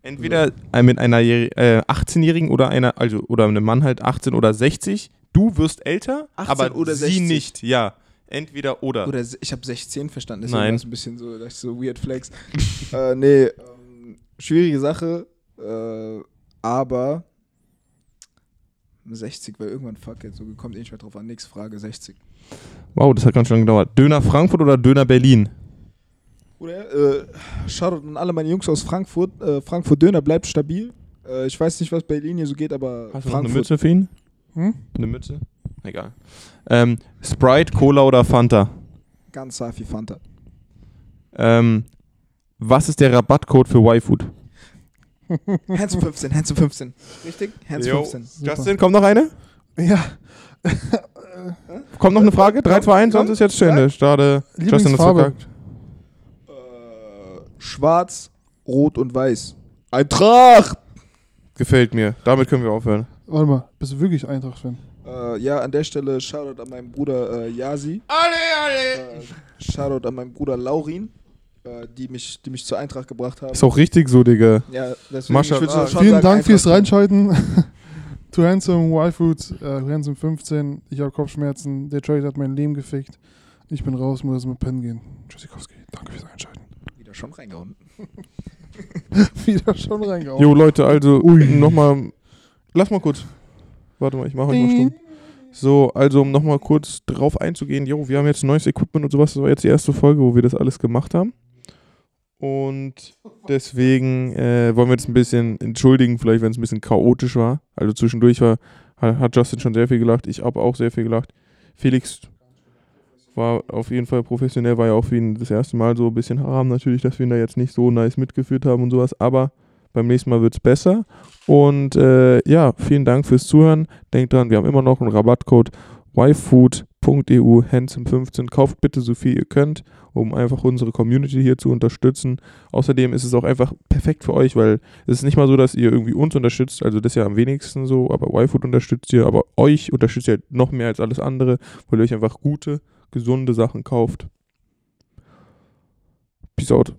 Entweder ein- mit einer Jähr- äh, 18-Jährigen oder einer, also oder einem Mann halt 18 oder 60. Du wirst älter, 18 aber oder sie 60. nicht. Ja, entweder oder. Oder se- ich habe 16 verstanden, deswegen Nein. war es ein bisschen so, das ist so weird flex. äh, nee, ähm, schwierige Sache, äh, aber 60, weil irgendwann fuck it, so kommt eh nicht mehr drauf an. Nächste Frage, 60. Wow, das hat ganz schön gedauert. Döner Frankfurt oder Döner Berlin? Oder äh, Shoutout an alle meine Jungs aus Frankfurt. Äh, Frankfurt Döner bleibt stabil. Äh, ich weiß nicht, was Berlin hier so geht, aber Hast du noch eine Frankfurt. Mütze für ihn? Hm? Eine Mütze? Egal. Ähm, Sprite, Cola oder Fanta? Ganz safi Fanta. Ähm, was ist der Rabattcode für YFood? Hands um 15, Hands um 15. Richtig? Hands um Jo. 15. Justin, kommt noch eine? Ja, Kommt noch eine Frage? 3, 2, 1, komm, sonst ist jetzt zu Ende. Schade. Justin ist Lieblingsfarbe. verkackt. Äh, schwarz, Rot und Weiß. Eintracht! Gefällt mir. Damit können wir aufhören. Warte mal, bist du wirklich Eintracht-Fan? Äh, ja, an der Stelle Shoutout an meinen Bruder äh, Yasi. Äh, Shoutout an meinen Bruder Laurin, äh, die, mich, die mich zur Eintracht gebracht haben. Ist auch richtig so, Digga. Ja, deswegen, Mascha- ich will Ah, so schon Vielen sagen, Dank fürs Eintracht- Reinschalten. Too Handsome, Wild Foods, äh, Too Handsome 15. Ich habe Kopfschmerzen. Der Trade hat mein Leben gefickt. Ich bin raus, muss erstmal pennen gehen. Tschüssikowski, danke fürs Einschalten. Wieder schon reingehauen. Wieder schon reingehauen. Jo, Leute, also nochmal. Lass mal kurz. Warte mal, ich mache euch mal stumm. So, also um nochmal kurz drauf einzugehen, jo, wir haben jetzt neues Equipment und sowas. Das war jetzt die erste Folge, wo wir das alles gemacht haben. Und deswegen äh, wollen wir jetzt ein bisschen entschuldigen, vielleicht wenn es ein bisschen chaotisch war. Also zwischendurch war, ha- hat Justin schon sehr viel gelacht, ich habe auch sehr viel gelacht. Felix war auf jeden Fall professionell, war ja auch für ihn das erste Mal so ein bisschen haram natürlich, dass wir ihn da jetzt nicht so nice mitgeführt haben und sowas, aber beim nächsten Mal wird es besser. Und äh, ja, vielen Dank fürs Zuhören. Denkt dran, wir haben immer noch einen Rabattcode E yfood.eu handsome15. Kauft bitte so viel ihr könnt, um einfach unsere Community hier zu unterstützen. Außerdem ist es auch einfach perfekt für euch, weil es ist nicht mal so, dass ihr irgendwie uns unterstützt, also das ist ja am wenigsten so, aber yfood unterstützt ihr, aber euch unterstützt ihr halt noch mehr als alles andere, weil ihr euch einfach gute, gesunde Sachen kauft. Peace out.